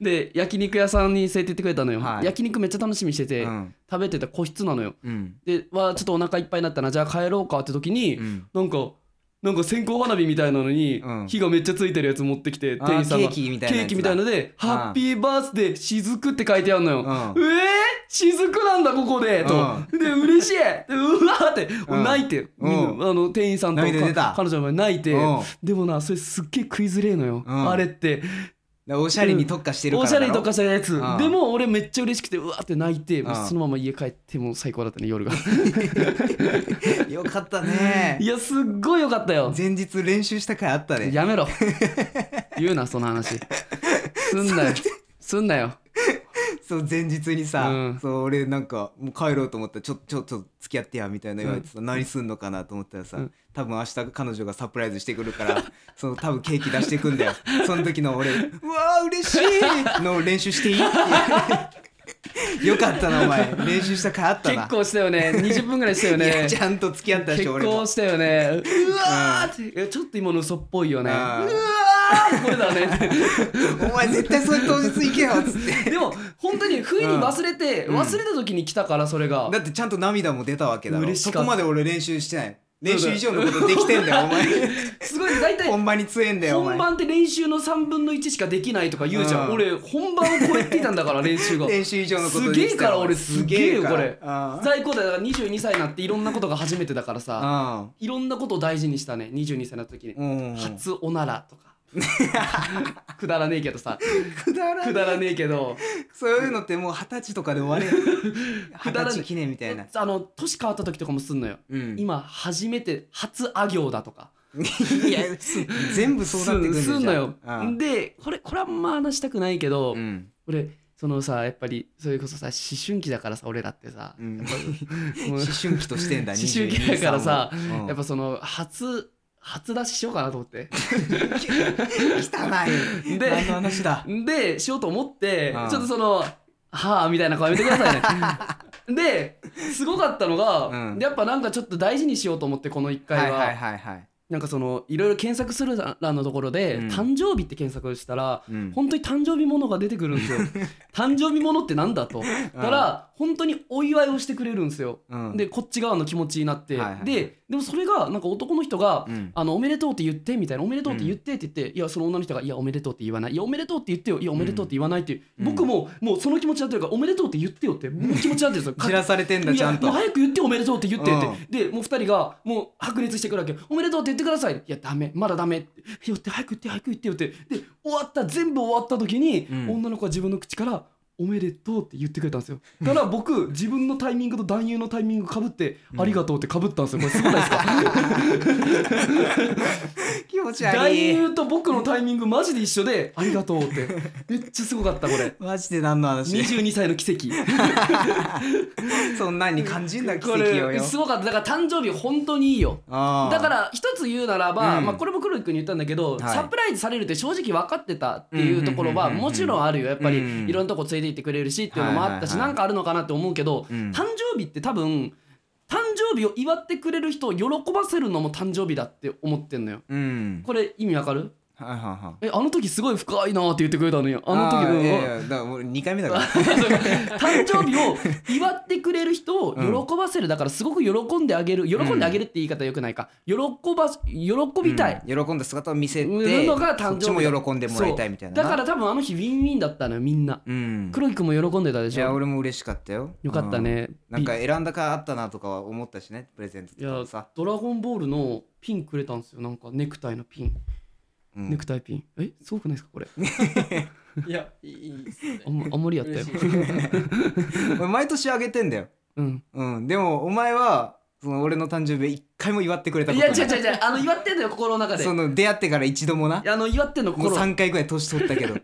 [SPEAKER 1] で焼肉屋さんに連れて行ってくれたのよ、
[SPEAKER 2] はい
[SPEAKER 1] 焼肉めっちゃ楽しみにしてて、
[SPEAKER 2] うん
[SPEAKER 1] 食べてた個室なのよ
[SPEAKER 2] ん
[SPEAKER 1] でわあちょっとお腹いっぱいになったなじゃあ帰ろうかって時に、
[SPEAKER 2] うん
[SPEAKER 1] なんかなんか線香花火みたいなのに、
[SPEAKER 2] うん
[SPEAKER 1] 火がめっちゃついてるやつ持ってきて
[SPEAKER 2] あー
[SPEAKER 1] 店員さんが
[SPEAKER 2] ケーキみたいなやつだ
[SPEAKER 1] ケーキみたいので「ハッピーバースデー雫」って書いてあるのよ、
[SPEAKER 2] うん
[SPEAKER 1] えー、雫なんだここでと、
[SPEAKER 2] う
[SPEAKER 1] で嬉しいでうわーって、
[SPEAKER 2] うん
[SPEAKER 1] 泣いて、みんなあの店員さんと
[SPEAKER 2] 涙出た
[SPEAKER 1] か彼女の前で泣いて、
[SPEAKER 2] うん
[SPEAKER 1] でもなそれすっげえ食いづれえのよ、
[SPEAKER 2] うん
[SPEAKER 1] あれって
[SPEAKER 2] でおしゃれに特化してるか
[SPEAKER 1] お
[SPEAKER 2] ら
[SPEAKER 1] し
[SPEAKER 2] だ
[SPEAKER 1] ゃ
[SPEAKER 2] ろ
[SPEAKER 1] れとかしたやつ、
[SPEAKER 2] うん
[SPEAKER 1] でも俺めっちゃ嬉しくてうわーって泣いて、
[SPEAKER 2] うん
[SPEAKER 1] そのまま家帰ってもう最高だった ね夜が
[SPEAKER 2] よかった
[SPEAKER 1] い
[SPEAKER 2] ね
[SPEAKER 1] やすっごいよかったよ
[SPEAKER 2] 前日 練習した回あったね
[SPEAKER 1] やめろ言うなその話すんなよすんなよ
[SPEAKER 2] そう前日にさ、
[SPEAKER 1] うん
[SPEAKER 2] そう俺なんかもう帰ろうと思ったらちょちょちょっと付き合ってやみたいな言われてさ、何すんのかなと思ったらさ、
[SPEAKER 1] うん
[SPEAKER 2] 多分明日彼女がサプライズしてくるから その多分ケーキ出してくんだよその時の俺「うわー嬉しい!」の練習していい ってよかったなお前練習したかあった
[SPEAKER 1] 結
[SPEAKER 2] な
[SPEAKER 1] 構したよね20分ぐらいしたよ
[SPEAKER 2] いや
[SPEAKER 1] ね
[SPEAKER 2] ちゃんと付き合ったでし
[SPEAKER 1] 結
[SPEAKER 2] ょ俺も
[SPEAKER 1] 構したよねうわーっていやちょっと今の嘘っぽいよねう
[SPEAKER 2] うん
[SPEAKER 1] わーってこれだね
[SPEAKER 2] お前絶対それ当日行けよっつって
[SPEAKER 1] でも本当に不意に忘れて、
[SPEAKER 2] うん
[SPEAKER 1] 忘れた時に来たからそれが
[SPEAKER 2] だってちゃんと涙も出たわけだろ
[SPEAKER 1] 嬉しか
[SPEAKER 2] そ
[SPEAKER 1] った
[SPEAKER 2] こまで俺練習してない練
[SPEAKER 1] そう
[SPEAKER 2] 習
[SPEAKER 1] だ
[SPEAKER 2] 以上のことできてんだよお前
[SPEAKER 1] すごい大体
[SPEAKER 2] 本番に強えんだよお
[SPEAKER 1] 本
[SPEAKER 2] 前
[SPEAKER 1] 番って練習の3分の1しかできないとか言うじゃん、
[SPEAKER 2] うん
[SPEAKER 1] 俺本番を超えていたんだから練習 が
[SPEAKER 2] 練習以上のこと
[SPEAKER 1] す
[SPEAKER 2] で
[SPEAKER 1] げ
[SPEAKER 2] き
[SPEAKER 1] え
[SPEAKER 2] て
[SPEAKER 1] か
[SPEAKER 2] た
[SPEAKER 1] ら
[SPEAKER 2] よ
[SPEAKER 1] 俺すげえよこれ
[SPEAKER 2] ああ
[SPEAKER 1] 在校代だから22歳になっていろんなことが初めてだからさいろんなことを大事にしたね22歳になった時に
[SPEAKER 2] うん
[SPEAKER 1] 初おなら とかくだらねえけどさ
[SPEAKER 2] くだら
[SPEAKER 1] くだらねえけど
[SPEAKER 2] そういうのってもう二十歳とかで終われ
[SPEAKER 1] く
[SPEAKER 2] 二
[SPEAKER 1] だら
[SPEAKER 2] 十
[SPEAKER 1] ね
[SPEAKER 2] 歳記念みたいな
[SPEAKER 1] あの年変わった時とかもすんのよ
[SPEAKER 2] うん
[SPEAKER 1] 今初めて初あ行だとか
[SPEAKER 2] いやす全部そうなってくる
[SPEAKER 1] すんすんのよ
[SPEAKER 2] うん
[SPEAKER 1] でこれこれはあんま話したくないけど、
[SPEAKER 2] うん
[SPEAKER 1] 俺そのさやっぱりそれこそさ思春期だからさ俺らってさ、
[SPEAKER 2] うん
[SPEAKER 1] やっぱもう
[SPEAKER 2] 思春期としてんだ
[SPEAKER 1] 思春期だからさ
[SPEAKER 2] 22
[SPEAKER 1] やっぱその初初出ししようかなと思って
[SPEAKER 2] うん汚い
[SPEAKER 1] で
[SPEAKER 2] 何の話だ
[SPEAKER 1] でしようと思って
[SPEAKER 2] うん
[SPEAKER 1] ちょっとその「はあ」みたいな顔やめてくださいね ですごかったのが、
[SPEAKER 2] うん
[SPEAKER 1] やっぱなんかちょっと大事にしようと思ってこの1回
[SPEAKER 2] は
[SPEAKER 1] は,、
[SPEAKER 2] いはいはいはい
[SPEAKER 1] なんかそのいろいろ検索するらのところで、
[SPEAKER 2] うん
[SPEAKER 1] 誕生日って検索したら
[SPEAKER 2] うん
[SPEAKER 1] 本当に誕生日ものが出てくるん ですよ誕生日ものってなんだとだから本当にお祝いをしてくれるんですよ、
[SPEAKER 2] うん
[SPEAKER 1] でこっち側の気持ちになって、
[SPEAKER 2] はいはい
[SPEAKER 1] ででもそれがなんか男の人が、
[SPEAKER 2] うん
[SPEAKER 1] あの「おめでとう」って言ってみたいな「おめでとう」って言ってって言って、いやその女の人が「いやおめでとう」って言わない「いやおめでとう」って言ってよ「いやおめでとう」って言わないっていう、
[SPEAKER 2] うん
[SPEAKER 1] 僕ももうその気持ちになってるから「おめでとう」って言ってよってもう気持ちになってるんですよ
[SPEAKER 2] 知らされてんだ
[SPEAKER 1] い
[SPEAKER 2] ちゃ
[SPEAKER 1] や
[SPEAKER 2] ん
[SPEAKER 1] もう
[SPEAKER 2] と
[SPEAKER 1] 早く言っておめでとうって言ってって、でもう二人がもう白熱してくるわけおめでとうって言ってくださいいやダメまだダメって言って早く言って早く言ってよってで終わった全部終わった時に、
[SPEAKER 2] うん
[SPEAKER 1] 女の子は自分の口からおめでとうって言ってくれたんですよだから僕自分のタイミングと男優のタイミングかぶって、ありがとうってかぶったんですよこれすごないですか
[SPEAKER 2] 気持ち悪
[SPEAKER 1] 男
[SPEAKER 2] い
[SPEAKER 1] 優と僕のタイミングマジで一 緒でありがとうってめっちゃすごかったこれ
[SPEAKER 2] マジで何の話
[SPEAKER 1] 22歳の奇跡
[SPEAKER 2] そんなんに感じんだ奇
[SPEAKER 1] こ
[SPEAKER 2] 跡を
[SPEAKER 1] れ
[SPEAKER 2] よ
[SPEAKER 1] すごかっただから誕生日本当にいいよ
[SPEAKER 2] ああ
[SPEAKER 1] だから一つ言うならば、
[SPEAKER 2] うん
[SPEAKER 1] まあ、これも黒木君に言ったんだけど、
[SPEAKER 2] はい
[SPEAKER 1] サプライズされるって正直分かってたっていうところは
[SPEAKER 2] うんうんうんうんうん
[SPEAKER 1] もちろんあるよやっぱり
[SPEAKER 2] うん
[SPEAKER 1] いろんなとこ連れて行ってくれるしっていうのもあったし、
[SPEAKER 2] はいはいはい
[SPEAKER 1] なんかあるのかなって思うけど、
[SPEAKER 2] うん
[SPEAKER 1] 誕生日って多分誕生日を祝ってくれる人を喜ばせるのも誕生日だって思ってんのよ。
[SPEAKER 2] うん
[SPEAKER 1] これ意味わかる
[SPEAKER 2] はいはいはい
[SPEAKER 1] えあの時すごい深いなって言ってくれたのよあの時
[SPEAKER 2] ー
[SPEAKER 1] うん
[SPEAKER 2] いやいや だからもう2回目だから
[SPEAKER 1] 誕生日を祝ってくれる人を喜ばせるだからすごく喜んであげる喜んであげるって言い方よくないか喜ば喜びたい、
[SPEAKER 2] うん喜んだ姿を見せて
[SPEAKER 1] うんのが誕生日
[SPEAKER 2] そっちも喜んでもらいたいみたいな
[SPEAKER 1] そうだから多分あの日ウィンウィンだったのよみんな、
[SPEAKER 2] うん
[SPEAKER 1] 黒木君も喜んでたで
[SPEAKER 2] い
[SPEAKER 1] し
[SPEAKER 2] や
[SPEAKER 1] ょ
[SPEAKER 2] 俺も嬉しかったよ
[SPEAKER 1] よかったね
[SPEAKER 2] うんなんか選んだかあったなとかは思ったしねプレゼント
[SPEAKER 1] い
[SPEAKER 2] と
[SPEAKER 1] や
[SPEAKER 2] かさ、
[SPEAKER 1] ドラゴンボールのピンくれたんですよなんかネクタイのピン、
[SPEAKER 2] うん
[SPEAKER 1] ネクタイピンえすごくないですかこれ
[SPEAKER 3] いや、いいいいですよね
[SPEAKER 1] あ。ん,、まあんまりやったよ
[SPEAKER 3] 嬉しい
[SPEAKER 2] 俺毎年あげてんだよ、
[SPEAKER 1] うん、
[SPEAKER 2] うん、でもお前はその俺の誕生日一回も祝ってくれた
[SPEAKER 1] い
[SPEAKER 2] こと
[SPEAKER 1] や
[SPEAKER 2] ない
[SPEAKER 1] 違う違う違うあの祝ってんのよ心の中で
[SPEAKER 2] その出会ってから一度もな
[SPEAKER 1] あの祝ってんの
[SPEAKER 2] もう
[SPEAKER 1] 心
[SPEAKER 2] 3回ぐらい年取ったけど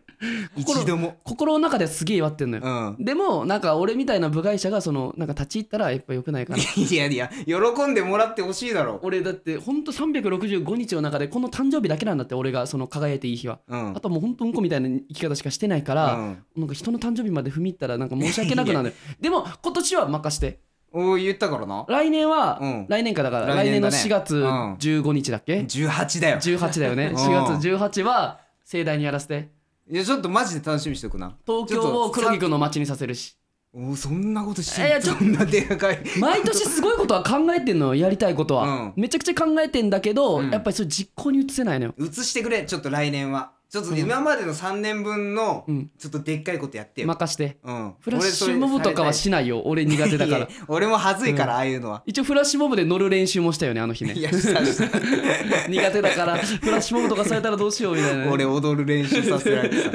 [SPEAKER 2] 一度も
[SPEAKER 1] 心の中ですげえ祝ってんのよ、
[SPEAKER 2] うん
[SPEAKER 1] でもなんか俺みたいな部外者がそのなんか立ち入ったらやっぱ良くないかな
[SPEAKER 2] いやいや喜んでもらってほしいだろ
[SPEAKER 1] 俺だってほんと365日の中でこの誕生日だけなんだって俺がその輝いていい日は、
[SPEAKER 2] うん
[SPEAKER 1] あとはもうほんとうんこみたいな生き方しかしてないから、なんか人の誕生日まで踏み入ったらなんか申し訳なくなるでも今年は任して
[SPEAKER 2] うん、おい言ったからな
[SPEAKER 1] 来年は、
[SPEAKER 2] うん
[SPEAKER 1] 来年かだから来年,、
[SPEAKER 2] 来年
[SPEAKER 1] の
[SPEAKER 2] だね
[SPEAKER 1] 4月
[SPEAKER 2] うん
[SPEAKER 1] 15日だっけ、
[SPEAKER 2] 18だよ
[SPEAKER 1] 18だよ
[SPEAKER 2] う
[SPEAKER 1] ね
[SPEAKER 2] ん
[SPEAKER 1] 4月18は盛大にやらせて
[SPEAKER 2] いやちょっとマジで楽しみにしておくな
[SPEAKER 1] 東京を黒木君の街にさせるし
[SPEAKER 2] おそんなことして
[SPEAKER 1] いや
[SPEAKER 2] る
[SPEAKER 1] ちょ
[SPEAKER 2] そ
[SPEAKER 1] っ
[SPEAKER 2] んなでかい
[SPEAKER 1] 毎年すごいことは考えてんのよやりたいことは、
[SPEAKER 2] う
[SPEAKER 1] めちゃくちゃ考えてんだけど、
[SPEAKER 2] うん
[SPEAKER 1] やっぱりそれ実行に移せないのよ
[SPEAKER 2] 移してくれちょっと来年はちょっと今までの3年分の
[SPEAKER 1] うん
[SPEAKER 2] ちょっとでっかいことやってよ、
[SPEAKER 1] 任して
[SPEAKER 2] うん、
[SPEAKER 1] フラッシュモブとかはしないよ俺苦手だか
[SPEAKER 2] いや
[SPEAKER 1] ら
[SPEAKER 2] いや俺も恥ずいから、ああいうのは
[SPEAKER 1] 一応フラッシュモブで乗る練習もしたよねあの日ね
[SPEAKER 2] いやしたした
[SPEAKER 1] 苦手だからフラッシュモブとかされたらどうしようみたいなね、
[SPEAKER 2] 俺踊る練習させられて さ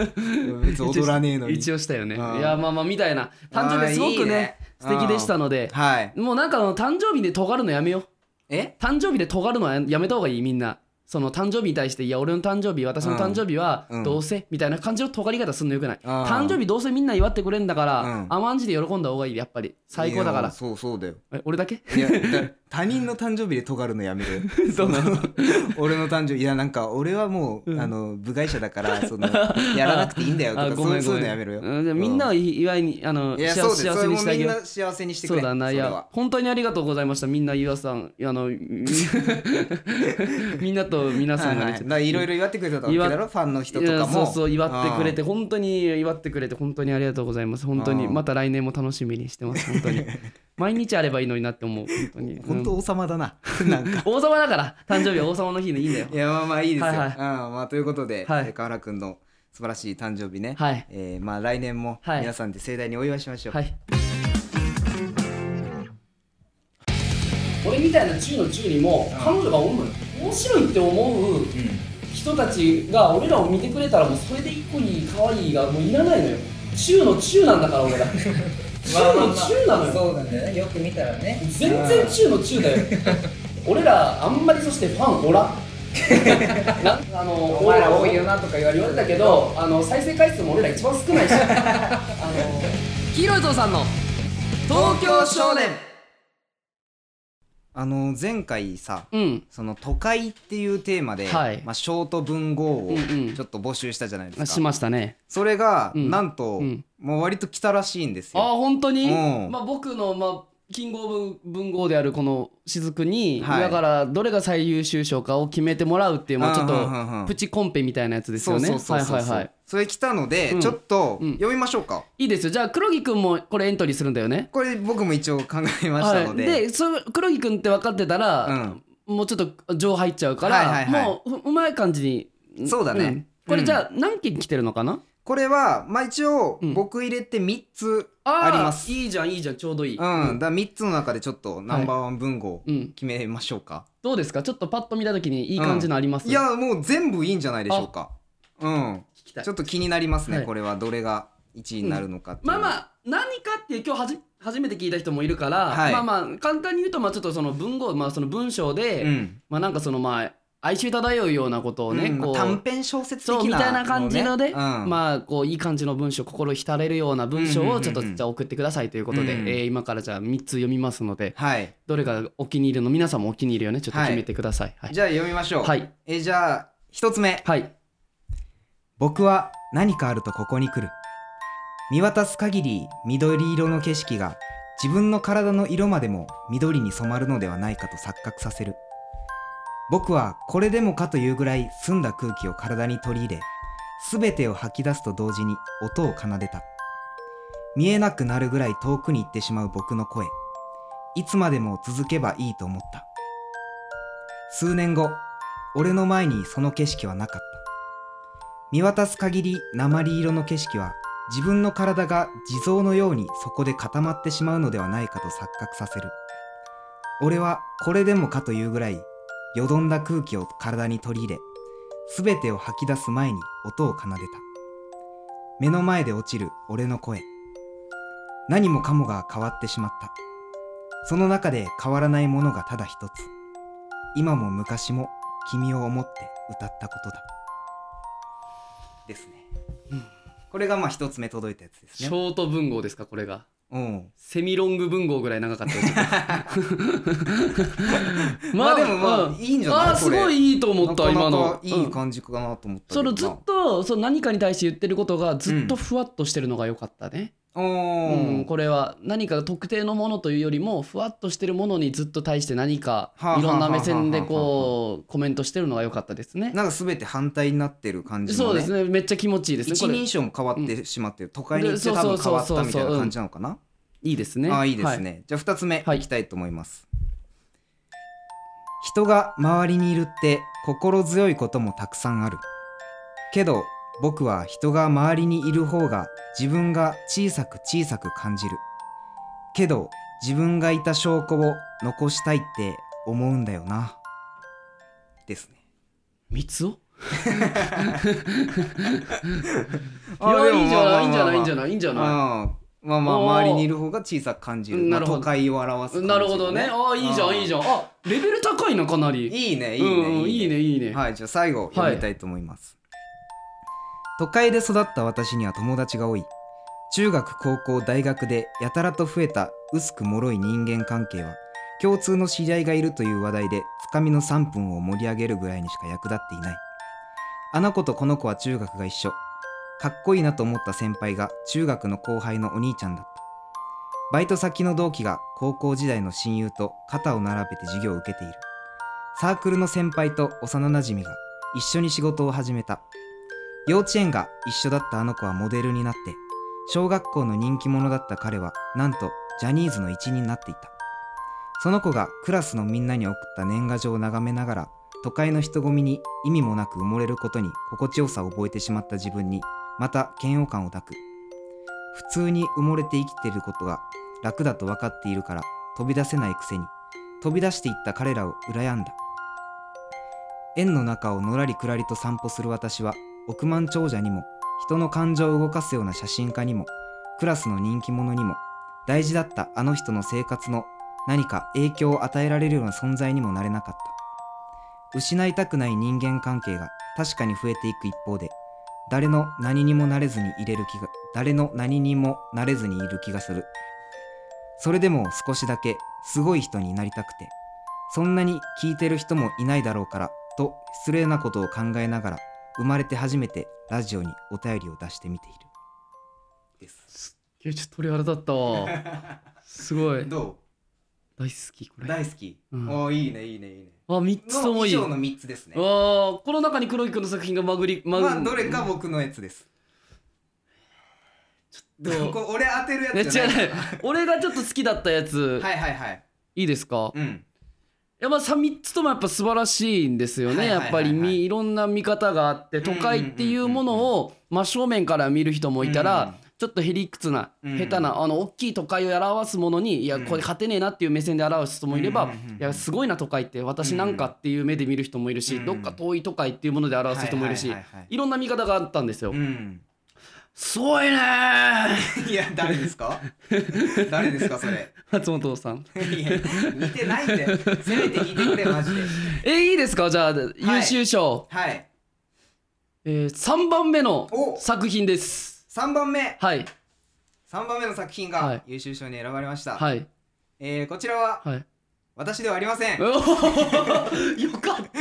[SPEAKER 2] 別に踊らねえのに
[SPEAKER 1] 一応したよねい
[SPEAKER 2] うん
[SPEAKER 1] やまあまあみたいな誕生
[SPEAKER 2] あー
[SPEAKER 1] 日すご
[SPEAKER 2] い
[SPEAKER 1] く
[SPEAKER 2] い
[SPEAKER 1] ね
[SPEAKER 2] ね
[SPEAKER 1] 素敵でしたので
[SPEAKER 2] はい
[SPEAKER 1] もうなんかあの誕生日で尖るのやめよう
[SPEAKER 2] え
[SPEAKER 1] 誕生日で尖るのはやめた方がいいみんなその誕生日に対して「いや俺の誕生日私の誕生日は
[SPEAKER 2] うん
[SPEAKER 1] どうせ」みたいな感じの尖り方すんのよくない
[SPEAKER 2] あー
[SPEAKER 1] 誕生日どうせみんな祝ってくれんだから、
[SPEAKER 2] うん
[SPEAKER 1] 甘んじで喜んだ方がいいやっぱり最高だか
[SPEAKER 2] いや
[SPEAKER 1] ら
[SPEAKER 2] そうそうだよ
[SPEAKER 1] え俺だけ
[SPEAKER 2] いやだ他人の誕生日で尖るのやめる
[SPEAKER 1] そうなの
[SPEAKER 2] 俺の誕生日いやなんか俺はもう、あの部外者だからそのやらなくていいんだよとか
[SPEAKER 1] あご
[SPEAKER 2] そう
[SPEAKER 1] めんごめん
[SPEAKER 2] そういうのやめろよ、
[SPEAKER 1] うんじゃあみんなをい祝いにあの
[SPEAKER 2] いや
[SPEAKER 1] 幸
[SPEAKER 2] そう
[SPEAKER 1] せ
[SPEAKER 2] でそ
[SPEAKER 1] 幸
[SPEAKER 2] れ
[SPEAKER 1] せに
[SPEAKER 2] も
[SPEAKER 1] してあ
[SPEAKER 2] み
[SPEAKER 1] げ
[SPEAKER 2] ん
[SPEAKER 1] よう
[SPEAKER 2] な幸せにしてく
[SPEAKER 1] そう
[SPEAKER 2] れ
[SPEAKER 1] だな、い
[SPEAKER 2] れ
[SPEAKER 1] や
[SPEAKER 2] は、
[SPEAKER 1] 本当にありがとうございました、みんな、岩さん、あの、みみんなと皆さんが
[SPEAKER 2] はい
[SPEAKER 1] ね
[SPEAKER 2] はい、
[SPEAKER 1] ちょ
[SPEAKER 2] だか
[SPEAKER 1] っ
[SPEAKER 2] らいろいろ祝ってくれたわけだろファンの人
[SPEAKER 1] と
[SPEAKER 2] と
[SPEAKER 1] い
[SPEAKER 2] か
[SPEAKER 1] や
[SPEAKER 2] も
[SPEAKER 1] そうそう、祝ってくれ
[SPEAKER 2] て
[SPEAKER 1] て、本当に祝ってくれて、本当にありがとうございます、本当に、
[SPEAKER 2] うん
[SPEAKER 1] また来年も楽しみにしてます、本当 に。毎日あればいいのになって思う、本当に。うん
[SPEAKER 2] 本当王様だななんか
[SPEAKER 1] 王様だから、誕生日は王様の日でいいんだよ
[SPEAKER 2] い。やまあまあいいですよ、
[SPEAKER 1] はいはい
[SPEAKER 2] うんまあ、ということで、
[SPEAKER 1] はい
[SPEAKER 2] 河原くんの素晴らしい誕生日ね、
[SPEAKER 1] はい
[SPEAKER 2] えーまあ来年も
[SPEAKER 1] はい
[SPEAKER 2] 皆さんで盛大にお祝いしましょう、
[SPEAKER 1] はい。俺みたいな中の中にも、彼女がおんのよ。面白いって思う人たちが俺らを見てくれたらもうそれで一個に可愛いがもういらないのよ中の中なんだか ら俺ら中の中なのよ
[SPEAKER 3] そうなんだよねよく見たらね
[SPEAKER 1] 全然中の中だ よ俺らあんまりそしてファンおら んなんあの
[SPEAKER 3] お前ら多いよなとか言われ
[SPEAKER 1] 言われたけどあの再生回数も俺ら一番少ないし あの黄色いぞさんの東京少年
[SPEAKER 2] あの前回さ
[SPEAKER 1] うん
[SPEAKER 2] その都会っていうテーマで、
[SPEAKER 1] はい
[SPEAKER 2] まあ、ショート文豪
[SPEAKER 1] う
[SPEAKER 2] を
[SPEAKER 1] んうん
[SPEAKER 2] ちょっと募集したじゃないですか、
[SPEAKER 1] しましたね
[SPEAKER 2] それが、
[SPEAKER 1] うん
[SPEAKER 2] なんと、
[SPEAKER 1] うん
[SPEAKER 2] もう割と来たらしいんです
[SPEAKER 1] ああ
[SPEAKER 2] よ
[SPEAKER 1] 本当
[SPEAKER 2] う
[SPEAKER 1] に、
[SPEAKER 2] ん
[SPEAKER 1] まあ、僕の、まあ、キングオブ文豪であるこの雫に、
[SPEAKER 2] はい
[SPEAKER 1] だからどれが最優秀賞かを決めてもらうっていう、まあ、ちょっ
[SPEAKER 2] うんうんうんうん
[SPEAKER 1] とプチコンペみたいなやつですよね。
[SPEAKER 2] そうそうそうそう、
[SPEAKER 1] はいはいはい
[SPEAKER 2] それ来たので、
[SPEAKER 1] うん
[SPEAKER 2] ちょっと
[SPEAKER 1] うん
[SPEAKER 2] 読みましょうか
[SPEAKER 1] いいですよじゃあ黒木くんもこれエントリーするんだよね。
[SPEAKER 2] これ僕も一応考えました
[SPEAKER 1] はい、
[SPEAKER 2] ので、
[SPEAKER 1] でそう黒木くんって分かってた
[SPEAKER 2] う
[SPEAKER 1] ら、
[SPEAKER 2] ん、
[SPEAKER 1] もうちょっと情入っちゃうから、
[SPEAKER 2] はいはいはい
[SPEAKER 1] もうううまい感じに
[SPEAKER 2] そうだね
[SPEAKER 1] んこれじゃあ何件来てるのかな、
[SPEAKER 2] これはまあ一応
[SPEAKER 1] うん
[SPEAKER 2] 僕入れて3つ
[SPEAKER 1] ー
[SPEAKER 2] あります、
[SPEAKER 1] いいじゃんいいじゃんちょうどい
[SPEAKER 2] う
[SPEAKER 1] い、
[SPEAKER 2] んだから3つの中でちょっとナンバーワン文豪を
[SPEAKER 1] うん、
[SPEAKER 2] 決めましょうか、
[SPEAKER 1] どうですかちょっとパッと見た時にいい感じのあります、
[SPEAKER 2] いやもう全部いいんじゃないでしょうかうん
[SPEAKER 1] 聞きたい
[SPEAKER 2] ちょっと気になりますね、
[SPEAKER 1] はい
[SPEAKER 2] これはどれが1位になるのかっていう
[SPEAKER 1] まあまあ何かっていう今日はじ初めて聞いた人もいるから、
[SPEAKER 2] はい
[SPEAKER 1] まあまあ簡単に言うとまあちょっとその文豪、まあ、その文章で、
[SPEAKER 2] うん
[SPEAKER 1] まあなんかそのまあ哀愁漂うようなことをね、
[SPEAKER 2] うん
[SPEAKER 1] こう
[SPEAKER 2] 短編小説的な
[SPEAKER 1] そうみたいな感じので、
[SPEAKER 2] ねうん
[SPEAKER 1] まあこういい感じの文章心浸れるような文章をちょっと
[SPEAKER 2] うんうんうんうん
[SPEAKER 1] じゃあ送ってくださいということで、
[SPEAKER 2] うん
[SPEAKER 1] えー今からじゃあ3つ読みますので
[SPEAKER 2] はい
[SPEAKER 1] どれがお気に入りの皆さんもお気に入りをねちょっと決めてくださいはい、
[SPEAKER 2] じゃあ読みましょう、
[SPEAKER 1] はい
[SPEAKER 2] えじゃあ1つ目
[SPEAKER 1] はい
[SPEAKER 2] 僕は何かあるとここに来る見渡す限り緑色の景色が自分の体の色までも緑に染まるのではないかと錯覚させる僕はこれでもかというぐらい澄んだ空気を体に取り入れ全てを吐き出すと同時に音を奏でた見えなくなるぐらい遠くに行ってしまう僕の声いつまでも続けばいいと思った数年後俺の前にその景色はなかった見渡す限り鉛色の景色は自分の体が地蔵のようにそこで固まってしまうのではないかと錯覚させる俺はこれでもかというぐらいよどんだ空気を体に取り入れ全てを吐き出す前に音を奏でた目の前で落ちる俺の声何もかもが変わってしまったその中で変わらないものがただ一つ今も昔も君を思って歌ったことだですね、これがまあ一つ目届いたやつで
[SPEAKER 1] ショート文豪ですかこれが
[SPEAKER 2] うん
[SPEAKER 1] セミロング文豪ぐらい長かったです
[SPEAKER 2] まあでもまあ
[SPEAKER 1] うん
[SPEAKER 2] いいんじゃない
[SPEAKER 1] あー
[SPEAKER 2] こ
[SPEAKER 1] す
[SPEAKER 2] れ
[SPEAKER 1] ごいいいと思った
[SPEAKER 2] なか
[SPEAKER 1] 今
[SPEAKER 2] な
[SPEAKER 1] の
[SPEAKER 2] かいい感じかなと思ったけ
[SPEAKER 1] そ
[SPEAKER 2] どな
[SPEAKER 1] のずっとその何かに対して言ってることがずっとふわっとしてるのが良かったね、
[SPEAKER 2] う
[SPEAKER 1] うん
[SPEAKER 2] ん、
[SPEAKER 1] これは何か特定のものというよりもふわっとしてるものにずっと対して何か
[SPEAKER 2] はあ
[SPEAKER 1] いろんな目線で
[SPEAKER 2] はあはあは
[SPEAKER 1] こうコメントしてるのが良かったですね
[SPEAKER 2] なんか全て反対になってる感じ
[SPEAKER 1] そ
[SPEAKER 2] の
[SPEAKER 1] う
[SPEAKER 2] ね
[SPEAKER 1] ですねめっちゃ気持ちいいですね
[SPEAKER 2] 一
[SPEAKER 1] これ
[SPEAKER 2] 人称も変わってしまってる、都会に行って多分変わったみたいな感じなのかな、
[SPEAKER 1] いいですね
[SPEAKER 2] ああいいですね、じゃあ2つ目
[SPEAKER 1] はい
[SPEAKER 2] いきたいと思います、人が周りにいるって心強いこともたくさんあるけど僕は人が周りにいる方が自分が小さく小さく感じるけど自分がいた証拠を残したいって思うんだよなですね
[SPEAKER 1] はい、三つをい
[SPEAKER 2] あで
[SPEAKER 1] や
[SPEAKER 2] も
[SPEAKER 1] いいんじ
[SPEAKER 2] まあまあまあ
[SPEAKER 1] ゃないいいんじゃないいいんじゃないいいんじゃない
[SPEAKER 2] あまあまあ
[SPEAKER 1] おー
[SPEAKER 2] 周りにいる方が小さく感じる
[SPEAKER 1] な
[SPEAKER 2] まあ
[SPEAKER 1] るほど
[SPEAKER 2] 都会を表す感じ
[SPEAKER 1] なるほどねああいいじゃんいいじ
[SPEAKER 2] ゃん
[SPEAKER 1] ゃんあレベル高いなかなり
[SPEAKER 2] いいねいい
[SPEAKER 1] うん
[SPEAKER 2] ね
[SPEAKER 1] うんいいねいいね
[SPEAKER 2] はいじゃあ最後読みたいと思います、都会で育った私には友達が多い中学高校大学でやたらと増えた薄く脆い人間関係は共通の知り合いがいるという話題でつかみの3分を盛り上げるぐらいにしか役立っていないあの子とこの子は中学が一緒かっこいいなと思った先輩が中学の後輩のお兄ちゃんだったバイト先の同期が高校時代の親友と肩を並べて授業を受けているサークルの先輩と幼なじみが一緒に仕事を始めた幼稚園が一緒だったあの子はモデルになって小学校の人気者だった彼はなんとジャニーズの一員になっていたその子がクラスのみんなに送った年賀状を眺めながら都会の人混みに意味もなく埋もれることに心地よさを覚えてしまった自分にまた嫌悪感を抱く普通に埋もれて生きていることが楽だと分かっているから飛び出せないくせに飛び出していった彼らを羨んだ園の中をのらりくらりと散歩する私は億万長者にも人の感情を動かすような写真家にもクラスの人気者にも大事だったあの人の生活の何か影響を与えられるような存在にもなれなかった失いたくない人間関係が確かに増えていく一方で誰の何にもなれずにいれる気が誰の何にもなれずにいる気がするそれでも少しだけすごい人になりたくてそんなに聞いてる人もいないだろうからと失礼なことを考えながら生まれて初めてラジオにお便りを出してみているです
[SPEAKER 1] いやちょっと鳥肌立ったわすご い
[SPEAKER 2] ど
[SPEAKER 1] 大好きこ
[SPEAKER 2] う
[SPEAKER 1] れ
[SPEAKER 2] 大好き、
[SPEAKER 1] うん
[SPEAKER 2] おーいいねいいねいいね
[SPEAKER 1] あ三3つともいい
[SPEAKER 2] 以
[SPEAKER 1] わ
[SPEAKER 2] 上の3つですね
[SPEAKER 1] あこの中に黒木君の作品がまぐりまぐ
[SPEAKER 2] まあどれか僕のやつです
[SPEAKER 1] ちょっ と
[SPEAKER 2] これ俺当てる
[SPEAKER 1] いや
[SPEAKER 2] やつじゃ
[SPEAKER 1] 違う
[SPEAKER 2] ない
[SPEAKER 1] ね俺がちょっと好きだったやつ、
[SPEAKER 2] はいはいはい
[SPEAKER 1] い、いですか、い
[SPEAKER 2] うん
[SPEAKER 1] やまあさ3つともやっぱ素晴らしいんですよね、
[SPEAKER 2] はいはいはいはい
[SPEAKER 1] やっぱりみいろんな見方があって都会っていうものを真正面から見る人もいたら、
[SPEAKER 2] うん
[SPEAKER 1] ちょっとへりくつな、
[SPEAKER 2] うん
[SPEAKER 1] 下手なあの大きい都会を表すものにいや
[SPEAKER 2] うん
[SPEAKER 1] これ勝てねえなっていう目線で表す人もいれば、
[SPEAKER 2] うんうんうん
[SPEAKER 1] いやすごいな都会って私なんかっていう目で見る人もいるし、
[SPEAKER 2] うん
[SPEAKER 1] どっか遠い都会っていうもので表す人もいるし、
[SPEAKER 2] はいいはいはいはい
[SPEAKER 1] ろんな見方があったんですよ。
[SPEAKER 2] うん
[SPEAKER 1] す ごいねー
[SPEAKER 2] いや誰ですか誰ですかそれ
[SPEAKER 1] 松本さん。
[SPEAKER 2] いや似てないってせめて似てくれマジで
[SPEAKER 1] えいいですかじゃあ優秀賞、
[SPEAKER 2] はい
[SPEAKER 1] えー、3番目の
[SPEAKER 2] お
[SPEAKER 1] 作品です
[SPEAKER 2] 3番目
[SPEAKER 1] はい
[SPEAKER 2] 3番目の作品
[SPEAKER 1] は
[SPEAKER 2] が
[SPEAKER 1] い
[SPEAKER 2] 優秀賞に選ばれました、
[SPEAKER 1] はい
[SPEAKER 2] えーこちらは
[SPEAKER 1] はい
[SPEAKER 2] 私ではありません
[SPEAKER 1] おー よかった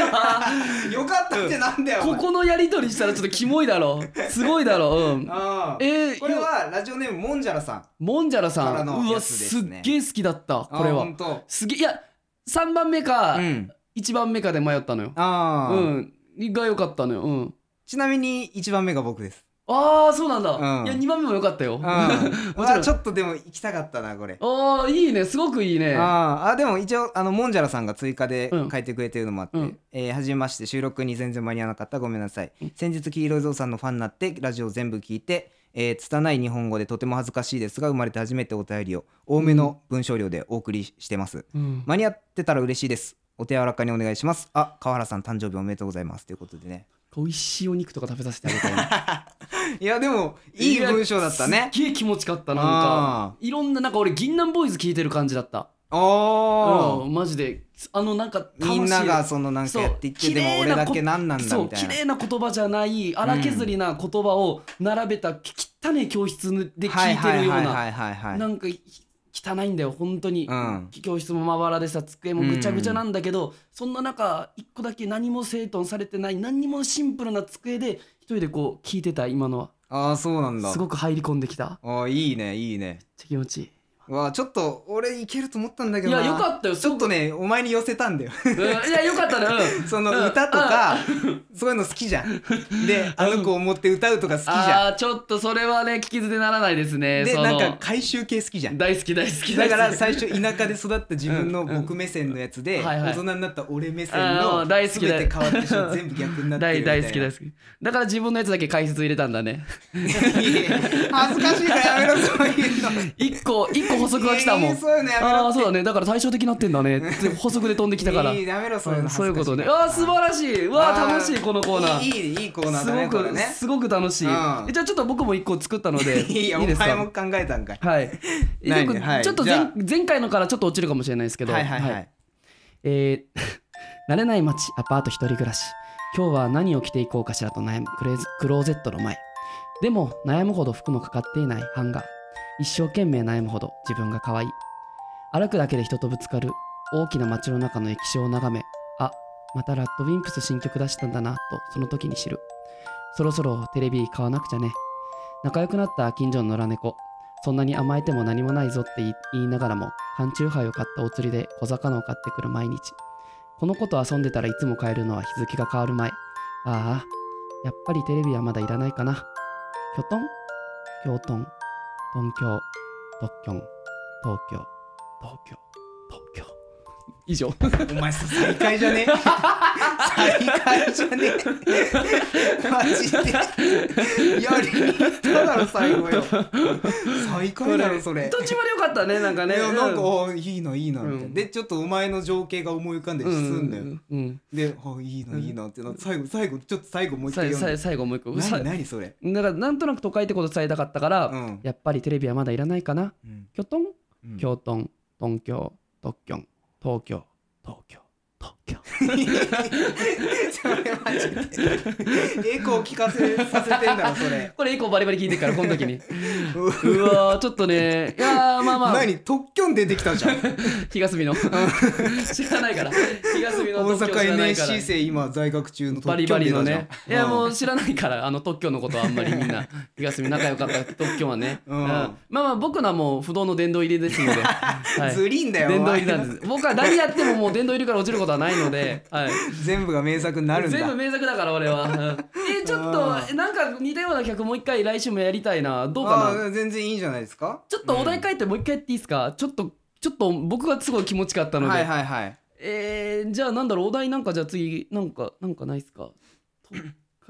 [SPEAKER 2] よかったってなんだよ、お
[SPEAKER 1] こ
[SPEAKER 2] 前
[SPEAKER 1] このやり取りしたらちょっとキモいだろすごいだろうん
[SPEAKER 2] あー
[SPEAKER 1] えー、
[SPEAKER 2] これはラジオネームモンジャラさん
[SPEAKER 1] モンジャラ
[SPEAKER 2] か
[SPEAKER 1] さ
[SPEAKER 2] ら
[SPEAKER 1] ん
[SPEAKER 2] の
[SPEAKER 1] う
[SPEAKER 2] や
[SPEAKER 1] わ
[SPEAKER 2] つですすね
[SPEAKER 1] っげえ好きだったこれ
[SPEAKER 2] あーほ
[SPEAKER 1] は
[SPEAKER 2] んと
[SPEAKER 1] すげえいや3番目か、
[SPEAKER 2] ん
[SPEAKER 1] 一1番目かで迷ったのよ
[SPEAKER 2] あー、
[SPEAKER 1] うんが良かったのようん
[SPEAKER 2] ちなみに1番目が僕です
[SPEAKER 1] ああそうなんだ、
[SPEAKER 2] うん
[SPEAKER 1] いや2番目も良かったよ、
[SPEAKER 2] うん
[SPEAKER 1] あ
[SPEAKER 2] うわちょっとでも行きたかったなこれ
[SPEAKER 1] あいいねすごくいいね
[SPEAKER 2] あーあでも一応あのモンジャラさんが追加で
[SPEAKER 1] うん
[SPEAKER 2] 書いてくれてるのもあって、
[SPEAKER 1] うん
[SPEAKER 2] えー初めまして収録に全然間に合わなかったごめんなさい先日黄色いぞうさんのファンになってラジオ全部聞いて、えー、拙い日本語でとても恥ずかしいですが生まれて初めてお便りを多めの文章量でお送りしてます、
[SPEAKER 1] うん、
[SPEAKER 2] 間に合ってたら嬉しいですお手柔らかにお願いしますあ川原さん誕生日おめでとうございますということで ね
[SPEAKER 1] 美味しいお肉とか食べさせてあげたいない
[SPEAKER 2] やでもいい文章だったね
[SPEAKER 1] すっげえ気持ちかったなんかいろんななんか俺銀杏ボーイズ聞いてる感じだった
[SPEAKER 2] お
[SPEAKER 1] う
[SPEAKER 2] ー
[SPEAKER 1] んマジであのなんか
[SPEAKER 2] みんながそのなんかやっていって
[SPEAKER 1] そう
[SPEAKER 2] でも俺だけ何なんだ
[SPEAKER 1] そう
[SPEAKER 2] みたい
[SPEAKER 1] 綺
[SPEAKER 2] な
[SPEAKER 1] 麗な言葉じゃない荒削りな言葉を並べたき汚い教室で聞いてるよう
[SPEAKER 2] はいは
[SPEAKER 1] ない
[SPEAKER 2] はいはい
[SPEAKER 1] な
[SPEAKER 2] はい
[SPEAKER 1] んかひ汚いんだよ本当に、
[SPEAKER 2] うん
[SPEAKER 1] 教室もまばらでさ机もぐちゃぐちゃなんだけど、そんな中一個だけ何も整頓されてない何にもシンプルな机で一人でこう聞いてた今のは
[SPEAKER 2] ああそうなんだ
[SPEAKER 1] すごく入り込んできためっ
[SPEAKER 2] ああいいねいいね
[SPEAKER 1] ちゃ気持ちいい。
[SPEAKER 2] わあちょっと俺いけると思ったんだけ
[SPEAKER 1] い
[SPEAKER 2] ど
[SPEAKER 1] や
[SPEAKER 2] な
[SPEAKER 1] よかったよ
[SPEAKER 2] ちょっとねお前に寄せたんだよ
[SPEAKER 1] うんいやよかったね、う ん、
[SPEAKER 2] そ
[SPEAKER 1] うん
[SPEAKER 2] の歌とかそういうの好きじゃんであの子を持って歌うとか好きじゃん
[SPEAKER 1] あーちょっとそれはね聞き捨てならないですね
[SPEAKER 2] で
[SPEAKER 1] その
[SPEAKER 2] なんか回収系好きじゃ ん
[SPEAKER 1] 大好き大好き
[SPEAKER 2] だ
[SPEAKER 1] 大好
[SPEAKER 2] か
[SPEAKER 1] き
[SPEAKER 2] ら最初田舎で育った自分の僕目線のやつで
[SPEAKER 1] うんはいはい
[SPEAKER 2] 大人になった俺目線
[SPEAKER 1] あ
[SPEAKER 2] の
[SPEAKER 1] ー大好きだ
[SPEAKER 2] 全て変わってしまう全部逆になってる
[SPEAKER 1] 大
[SPEAKER 2] みたい
[SPEAKER 1] 大
[SPEAKER 2] な
[SPEAKER 1] 好き大好きだから自分のやつだ け解説入れたんだね
[SPEAKER 2] いや恥ずかしいからやめろそういうの
[SPEAKER 1] 一個一個補足が来たもん
[SPEAKER 2] いやいやそういうのやめろって
[SPEAKER 1] ああそうだねだから対照的になって んだねって補足で飛んできたから
[SPEAKER 2] いいやめろそういうの
[SPEAKER 1] んそういうことね
[SPEAKER 2] 恥ずかしい
[SPEAKER 1] ああ素晴らしいうわあ楽しいこのコーナー
[SPEAKER 2] いいいいいいコーナー
[SPEAKER 1] す
[SPEAKER 2] だねこ
[SPEAKER 1] ご
[SPEAKER 2] れ
[SPEAKER 1] く
[SPEAKER 2] ね
[SPEAKER 1] すごく楽しい、
[SPEAKER 2] うん
[SPEAKER 1] えじゃあちょっと僕も一個作ったので
[SPEAKER 2] いや
[SPEAKER 1] いいです
[SPEAKER 2] お前も
[SPEAKER 1] か
[SPEAKER 2] 考えたんかい
[SPEAKER 1] はい え
[SPEAKER 2] ないね
[SPEAKER 1] 僕
[SPEAKER 2] はい
[SPEAKER 1] ちょっと
[SPEAKER 2] じ
[SPEAKER 1] 前
[SPEAKER 2] ゃ
[SPEAKER 1] 前回のからちょっと落ちるかもしれないですけど
[SPEAKER 2] はいはいはい、
[SPEAKER 1] えー 慣れない街アパート一人暮らし今日は何を着ていこうかしらと悩むクレーズクローゼットの前でも悩むほど服のかかっていないハンガー一生懸命悩むほど自分が可愛い歩くだけで人とぶつかる大きな街の中の液晶を眺めあまたラッドウィンプス新曲出したんだなとその時に知るそろそろテレビ買わなくちゃね仲良くなった近所の野良猫そんなに甘えても何もないぞって言い言いながらも缶チューハイを買ったお釣りで小魚を買ってくる毎日この子と遊んでたらいつも買えるのは日付が変わる前ああやっぱりテレビはまだいらないかなきょとんきょうとん東京東京東京東京東京以上
[SPEAKER 2] お前さ最下位じゃね最下位じゃねマジでやりに行っただろ最後よ最下位だろそれ
[SPEAKER 1] どっちまでよかったねなんか
[SPEAKER 2] い
[SPEAKER 1] ね
[SPEAKER 2] やなんか、
[SPEAKER 1] う
[SPEAKER 2] あいいないいなみたいな、
[SPEAKER 1] うん
[SPEAKER 2] でちょっとお前の情景が思い浮かんで
[SPEAKER 1] う
[SPEAKER 2] 進
[SPEAKER 1] ん
[SPEAKER 2] んだよ、
[SPEAKER 1] うんうん
[SPEAKER 2] であいいないいなってな最後最後ちょっと最後もう一
[SPEAKER 1] さ
[SPEAKER 2] 回
[SPEAKER 1] いさ
[SPEAKER 2] 読ん
[SPEAKER 1] い
[SPEAKER 2] で
[SPEAKER 1] 最後もう一個さ
[SPEAKER 2] 何何それ
[SPEAKER 1] だからなんとなく都会ってこと伝えたかったから、
[SPEAKER 2] うん
[SPEAKER 1] やっぱりテレビはまだいらないかな
[SPEAKER 2] うん
[SPEAKER 1] きょとん
[SPEAKER 2] うん
[SPEAKER 1] 京都ん東京特許ん東京東京東京
[SPEAKER 2] それマジでエコーを聞かせさせてんだろそれ
[SPEAKER 1] これ以降バリバリ聞いてる からこの時にうわーちょっとねいやーまあまあ
[SPEAKER 2] 何特許出てきた じゃん
[SPEAKER 1] 日が すみの知らないから日がすみの
[SPEAKER 2] 大
[SPEAKER 1] 特許知
[SPEAKER 2] 阪
[SPEAKER 1] らない
[SPEAKER 2] NSC
[SPEAKER 1] か
[SPEAKER 2] 生今在学中の
[SPEAKER 1] らバ
[SPEAKER 2] 特
[SPEAKER 1] リ
[SPEAKER 2] 許
[SPEAKER 1] バ
[SPEAKER 2] 出
[SPEAKER 1] リ
[SPEAKER 2] た
[SPEAKER 1] の
[SPEAKER 2] じゃん
[SPEAKER 1] ねいやも
[SPEAKER 2] う
[SPEAKER 1] う知らないからあの特許のことはあんまりみんな日がすみ仲良かった特許はね、
[SPEAKER 2] うん
[SPEAKER 1] うんまあまあ僕のはもう不動の殿堂入りです ので、は
[SPEAKER 2] ん
[SPEAKER 1] い、
[SPEAKER 2] ずりんだよ
[SPEAKER 1] 殿
[SPEAKER 2] お
[SPEAKER 1] 堂
[SPEAKER 2] 前
[SPEAKER 1] 入りな んです僕は何やってももう殿堂入りから落ちることはないので、はい、
[SPEAKER 2] 全部が名作になるんだ
[SPEAKER 1] 全部名作だから俺は、 うんえちょっ
[SPEAKER 2] あ
[SPEAKER 1] となんか似たような企画もう一回来週もやりたいなどう
[SPEAKER 2] あ
[SPEAKER 1] かな
[SPEAKER 2] ー全然いいんじゃないですか
[SPEAKER 1] ちょっとお題変えてもう一回やっていいですかちょっとちょっと僕がすごい気持ちよかったので、
[SPEAKER 2] はいはいはい
[SPEAKER 1] えーじゃあなんだろうお題なんかじゃあ次なんかなんかないですか都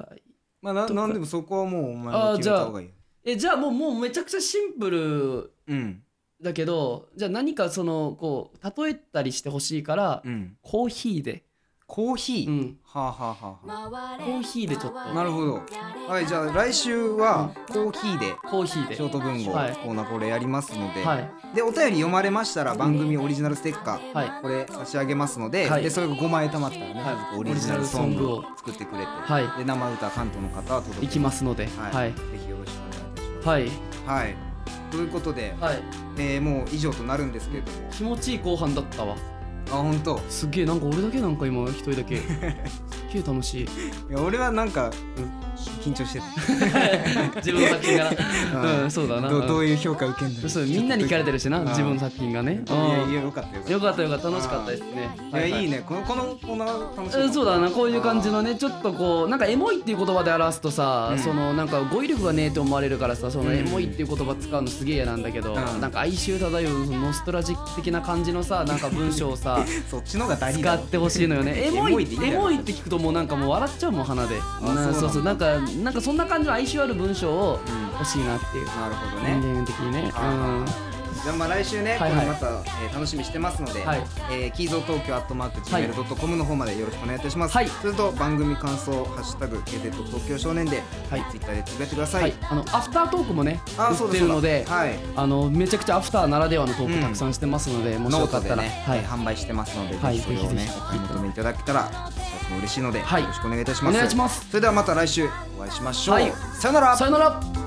[SPEAKER 1] 会
[SPEAKER 2] まあな
[SPEAKER 1] とか
[SPEAKER 2] なんでもそこはもうお前が決めた方がいいよ
[SPEAKER 1] えじゃあもうもうめちゃくちゃシンプル
[SPEAKER 2] うん
[SPEAKER 1] だけどじゃあ何かそのこう例えたりしてほしいから、
[SPEAKER 2] うん
[SPEAKER 1] コーヒーで、
[SPEAKER 2] コーヒー、
[SPEAKER 1] うん、
[SPEAKER 2] はあはあはあは
[SPEAKER 1] コーヒーでちょっと
[SPEAKER 2] あなるほどはいじゃあ来週はコーヒーで
[SPEAKER 1] コーヒーで
[SPEAKER 2] ショート文豪、
[SPEAKER 1] はい
[SPEAKER 2] コーナーこれやりますので、
[SPEAKER 1] はい
[SPEAKER 2] でお便り読まれましたら番組オリジナルステッカー
[SPEAKER 1] はい
[SPEAKER 2] これ差し上げますので,、
[SPEAKER 1] はい
[SPEAKER 2] でそれが5枚貯まったらね、
[SPEAKER 1] はい
[SPEAKER 2] 家族オリジナルソングを作ってくれて、
[SPEAKER 1] はい
[SPEAKER 2] で生歌関東の方は届け
[SPEAKER 1] 行きますので
[SPEAKER 2] はい、
[SPEAKER 1] はい
[SPEAKER 2] ぜひよろしくお願いいたしま
[SPEAKER 1] はい
[SPEAKER 2] す。はい、ということで、
[SPEAKER 1] はい
[SPEAKER 2] えーもう以上となるんですけれども
[SPEAKER 1] 気持ちいい後半だったわ
[SPEAKER 2] あ本当
[SPEAKER 1] すげえなんか俺だけなんか今一人 だけすっげえ楽しい
[SPEAKER 2] いや俺はなんか、うん緊張して
[SPEAKER 1] 自分の作品が
[SPEAKER 2] う
[SPEAKER 1] うんそうだ
[SPEAKER 2] た
[SPEAKER 1] な
[SPEAKER 2] どど
[SPEAKER 1] う
[SPEAKER 2] ういう評価受けんだ
[SPEAKER 1] んそうみんなに聞かれてるしな
[SPEAKER 2] うん
[SPEAKER 1] 自分の作品がね
[SPEAKER 2] いやい
[SPEAKER 1] うん
[SPEAKER 2] やよかったよかった
[SPEAKER 1] よかったよかった楽しかったですね
[SPEAKER 2] いや、いい
[SPEAKER 1] ね
[SPEAKER 2] ねこのこのこの楽しいな
[SPEAKER 1] そうだなこういう感じのねちょっとこうなんかエモいっていう言葉で表すとさ、
[SPEAKER 2] うん
[SPEAKER 1] そのなんか語彙力がねえと思われるからさその
[SPEAKER 2] うん
[SPEAKER 1] エモいっていう言葉使うのすげえ嫌なんだけど、
[SPEAKER 2] ん
[SPEAKER 1] なんか哀愁漂うそのノストラジック的な感じのさなんか文章 をさ
[SPEAKER 2] そっちのが大事
[SPEAKER 1] 使
[SPEAKER 2] だ
[SPEAKER 1] ってほしいのよね エモいエモい
[SPEAKER 2] でんだよ
[SPEAKER 1] って聞くともうなんかもう笑っちゃうもん鼻で
[SPEAKER 2] そ
[SPEAKER 1] なそううそうなんかなんかそんな感じの哀愁ある文章を
[SPEAKER 2] うん
[SPEAKER 1] 欲しいなっていう
[SPEAKER 2] なるほどね
[SPEAKER 1] 人間的にねうん
[SPEAKER 2] じゃあまあ来週ね、
[SPEAKER 1] はい
[SPEAKER 2] こ
[SPEAKER 1] はい
[SPEAKER 2] れまた、えー楽しみにしてますので、
[SPEAKER 1] はい
[SPEAKER 2] えー、キーゾー東京アットマーク gmail.com の方までよろしくお願いいたします、
[SPEAKER 1] はい
[SPEAKER 2] それと番組感想「ハッシュタグ #KZ 東京少年で」
[SPEAKER 1] はい
[SPEAKER 2] ツイッターでつぶやいてください、
[SPEAKER 1] はいあのアフタートークもね
[SPEAKER 2] あー
[SPEAKER 1] 売ってるので
[SPEAKER 2] そうだそうだはい
[SPEAKER 1] あのめちゃくちゃアフターならではのトークたくさんしてますのでもし
[SPEAKER 2] ノ
[SPEAKER 1] よ
[SPEAKER 2] ート
[SPEAKER 1] かっ
[SPEAKER 2] で
[SPEAKER 1] たら
[SPEAKER 2] ね、
[SPEAKER 1] は
[SPEAKER 2] え
[SPEAKER 1] い
[SPEAKER 2] ー販売してますので、
[SPEAKER 1] はい
[SPEAKER 2] ぜひそれをね
[SPEAKER 1] ぜひぜひ
[SPEAKER 2] お買い求めいただけたら私も嬉しいので、
[SPEAKER 1] はい
[SPEAKER 2] よろしくお願いいたします
[SPEAKER 1] お願いします
[SPEAKER 2] それではまた来週お会いしましょう、
[SPEAKER 1] はい
[SPEAKER 2] さよなら
[SPEAKER 1] さよなら